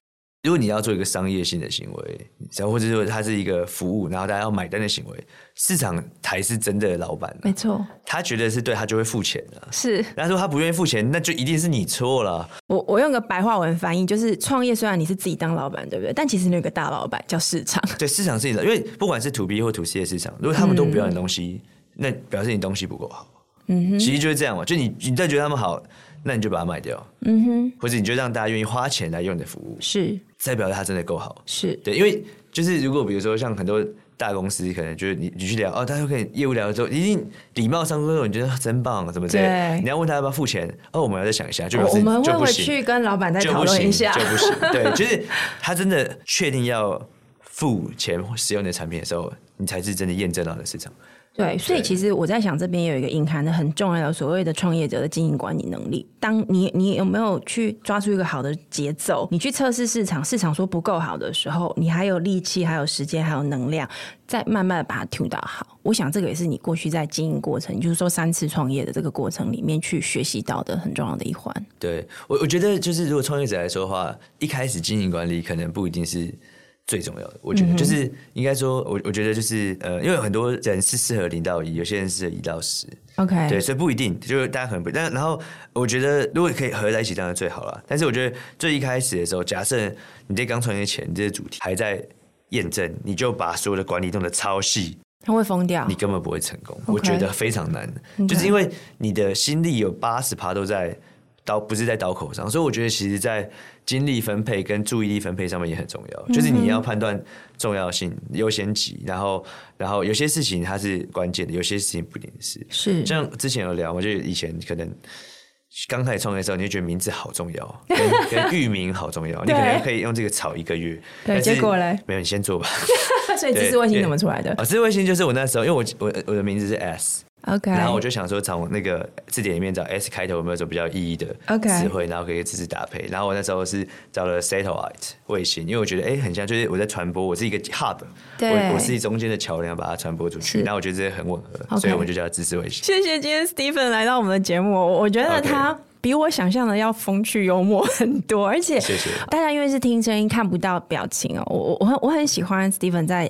B: 如果你要做一个商业性的行为，然后或者说它是一个服务，然后大家要买单的行为，市场才是真的老板、啊
A: 没错，
B: 他觉得是对，他就会付钱的、啊。
A: 是
B: 那如果他不愿意付钱，那就一定是你错了。
A: 我我用个白话文翻译，就是创业虽然你是自己当老板，对不对？但其实你有个大老板叫市场，
B: 对，市场是你的，因为不管是 to B 或 to C 的市场，如果他们都不要你东西，那表示你东西不够好。嗯哼，其实就是这样嘛，就你你再觉得他们好，那你就把它卖掉。嗯哼，或者你就让大家愿意花钱来用你的服务，
A: 是
B: 再表示它真的够好。
A: 是，
B: 对，因为就是如果比如说像很多大公司，可能就是你你去聊哦，他就跟你业务聊了之后，一定礼貌上说你觉得真棒，怎么之类的
A: 对
B: 你要问他要不要付钱，哦，我们要再想一下，就表
A: 我
B: 示
A: 我们会
B: 就不
A: 回
B: 行
A: 去跟老板再
B: 就
A: 讨
B: 不
A: 论
B: 行
A: 一下
B: 就。不
A: *laughs*
B: 行。对，就是他真的确定要付钱使用你的产品的时候，你才是真的验证到你的市场。
A: 对，所以
B: 对
A: 其实我在想，这边有一个隐含的很重要的所谓的创业者的经营管理能力。当你你有没有去抓住一个好的节奏，你去测试市场，市场说不够好的时候，你还有力气，还有时间，还有能量，再慢慢地把它 tune 到好。我想这个也是你过去在经营过程，也就是说三次创业的这个过程里面去学习到的很重要的一环。
B: 对我，我觉得就是如果创业者来说的话，一开始经营管理可能不一定是最重要的。我觉得、就是应该说，我我觉得就是呃，因为很多人是适合零到一，有些人适合一到十，
A: OK，
B: 对，所以不一定，就是大家可能不，但然后我觉得如果可以合在一起，当然最好了。但是我觉得最一开始的时候，假设你在刚创业前，你这些主题还在验证，你就把所有的管理弄得超细，
A: 他会疯掉
B: 你。根本不会成功。
A: OK
B: 我觉得非常难
A: OK
B: 就是因为你的心力有八十趴都在刀，不是在刀口上，所以我觉得其实在精力分配跟注意力分配上面也很重
A: 嗯
B: 要，就是你要判断重要性、优先级，然后然后有些事情它是关键的，有些事情不一定是。
A: 是
B: 像之前有聊嘛，就是以前可能。刚开始创业的时候，你就觉得名字好重要，跟
A: *laughs*
B: 跟域名好重要，你可能
A: 对
B: 可以用这个炒一个月。
A: 对
B: 但是
A: 结果嘞
B: 没有，你先做
A: *laughs*
B: 吧。
A: *laughs* 所以这是卫星怎么出来的
B: 啊，智慧星就是我那时候，因为我我我的名字是 S，
A: ？OK，
B: 然后我就想说从那个字典里面找 S 开头有没有什么比较有意义的
A: OK
B: 词汇，然后可以字字搭配。然后我那时候是找了 satellite 卫星，因为我觉得哎很像，就是我在传播，我是一个 hub，
A: 对
B: 我我是中间的桥梁，把它传播出去。
A: 是
B: 然后我觉得这很吻合，
A: OK
B: 所以我就叫知识卫星。
A: 谢谢今天 Stephen 来到我们的节目，我我觉得
B: OK
A: 他比我想象的要风趣幽默很多，而且
B: 谢谢
A: 大家因为是听声音看不到表情哦，我我我很我很喜欢 Stephen 在。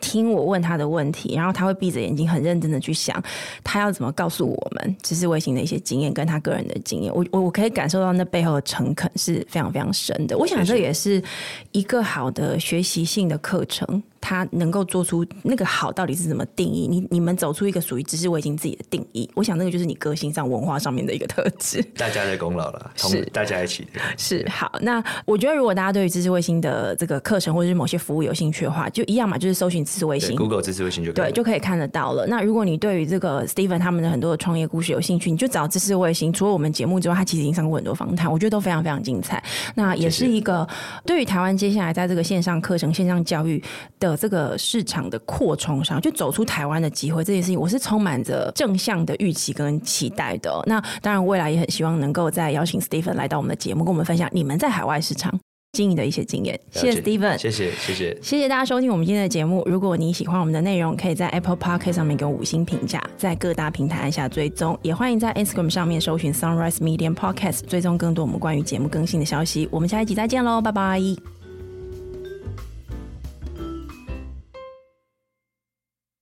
A: 听我问他的问题，然后他会闭着眼睛很认真的去想，他要怎么告诉我们知识卫星的一些经验跟他个人的经验。我我我可以感受到那背后的诚恳是非常非常深的。我想这也是一个好的学习性的课程，它能够做出那个好到底是怎么定义。你你们走出一个属于知识卫星自己的定义，我想那个就是你个性上文化上面的一个特质。
B: 大家的功劳了，同
A: 是
B: 大家一起的。
A: 是好，那我觉得如果大家对于知识卫星的这个课程或者是某些服务有兴趣的话，就一样嘛，就是搜寻知识卫
B: 对
A: 星。
B: ，Google 知识卫星就可以
A: 对，
B: 了
A: 就可以看得到了。那如果你对于这个 Steven 他们的很多创业故事有兴趣，你就找知识卫星。除了我们节目之外，他其实已经上过很多访谈，我觉得都非常非常精彩。那也是一个对于台湾接下来在这个线上课程、线上教育的这个市场的扩充上，就走出台湾的机会这件事情，我是充满着正向的预期跟期待的哦、那当然，未来也很希望能够再邀请 Steven 来到我们的节目，跟我们分享你们在海外市场经营的一些经验。
B: 了
A: 谢谢
B: 解
A: Steven，
B: 谢谢谢谢。
A: 谢谢大家收听我们今天的节目。如果你喜欢我们的内容，可以在 Apple Podcast 上面给我五星评价，在各大平台按下追踪，也欢迎在 Instagram 上面搜寻 Sunrise Media Podcast，追踪更多我们关于节目更新的消息。我们下一集再见喽，拜拜。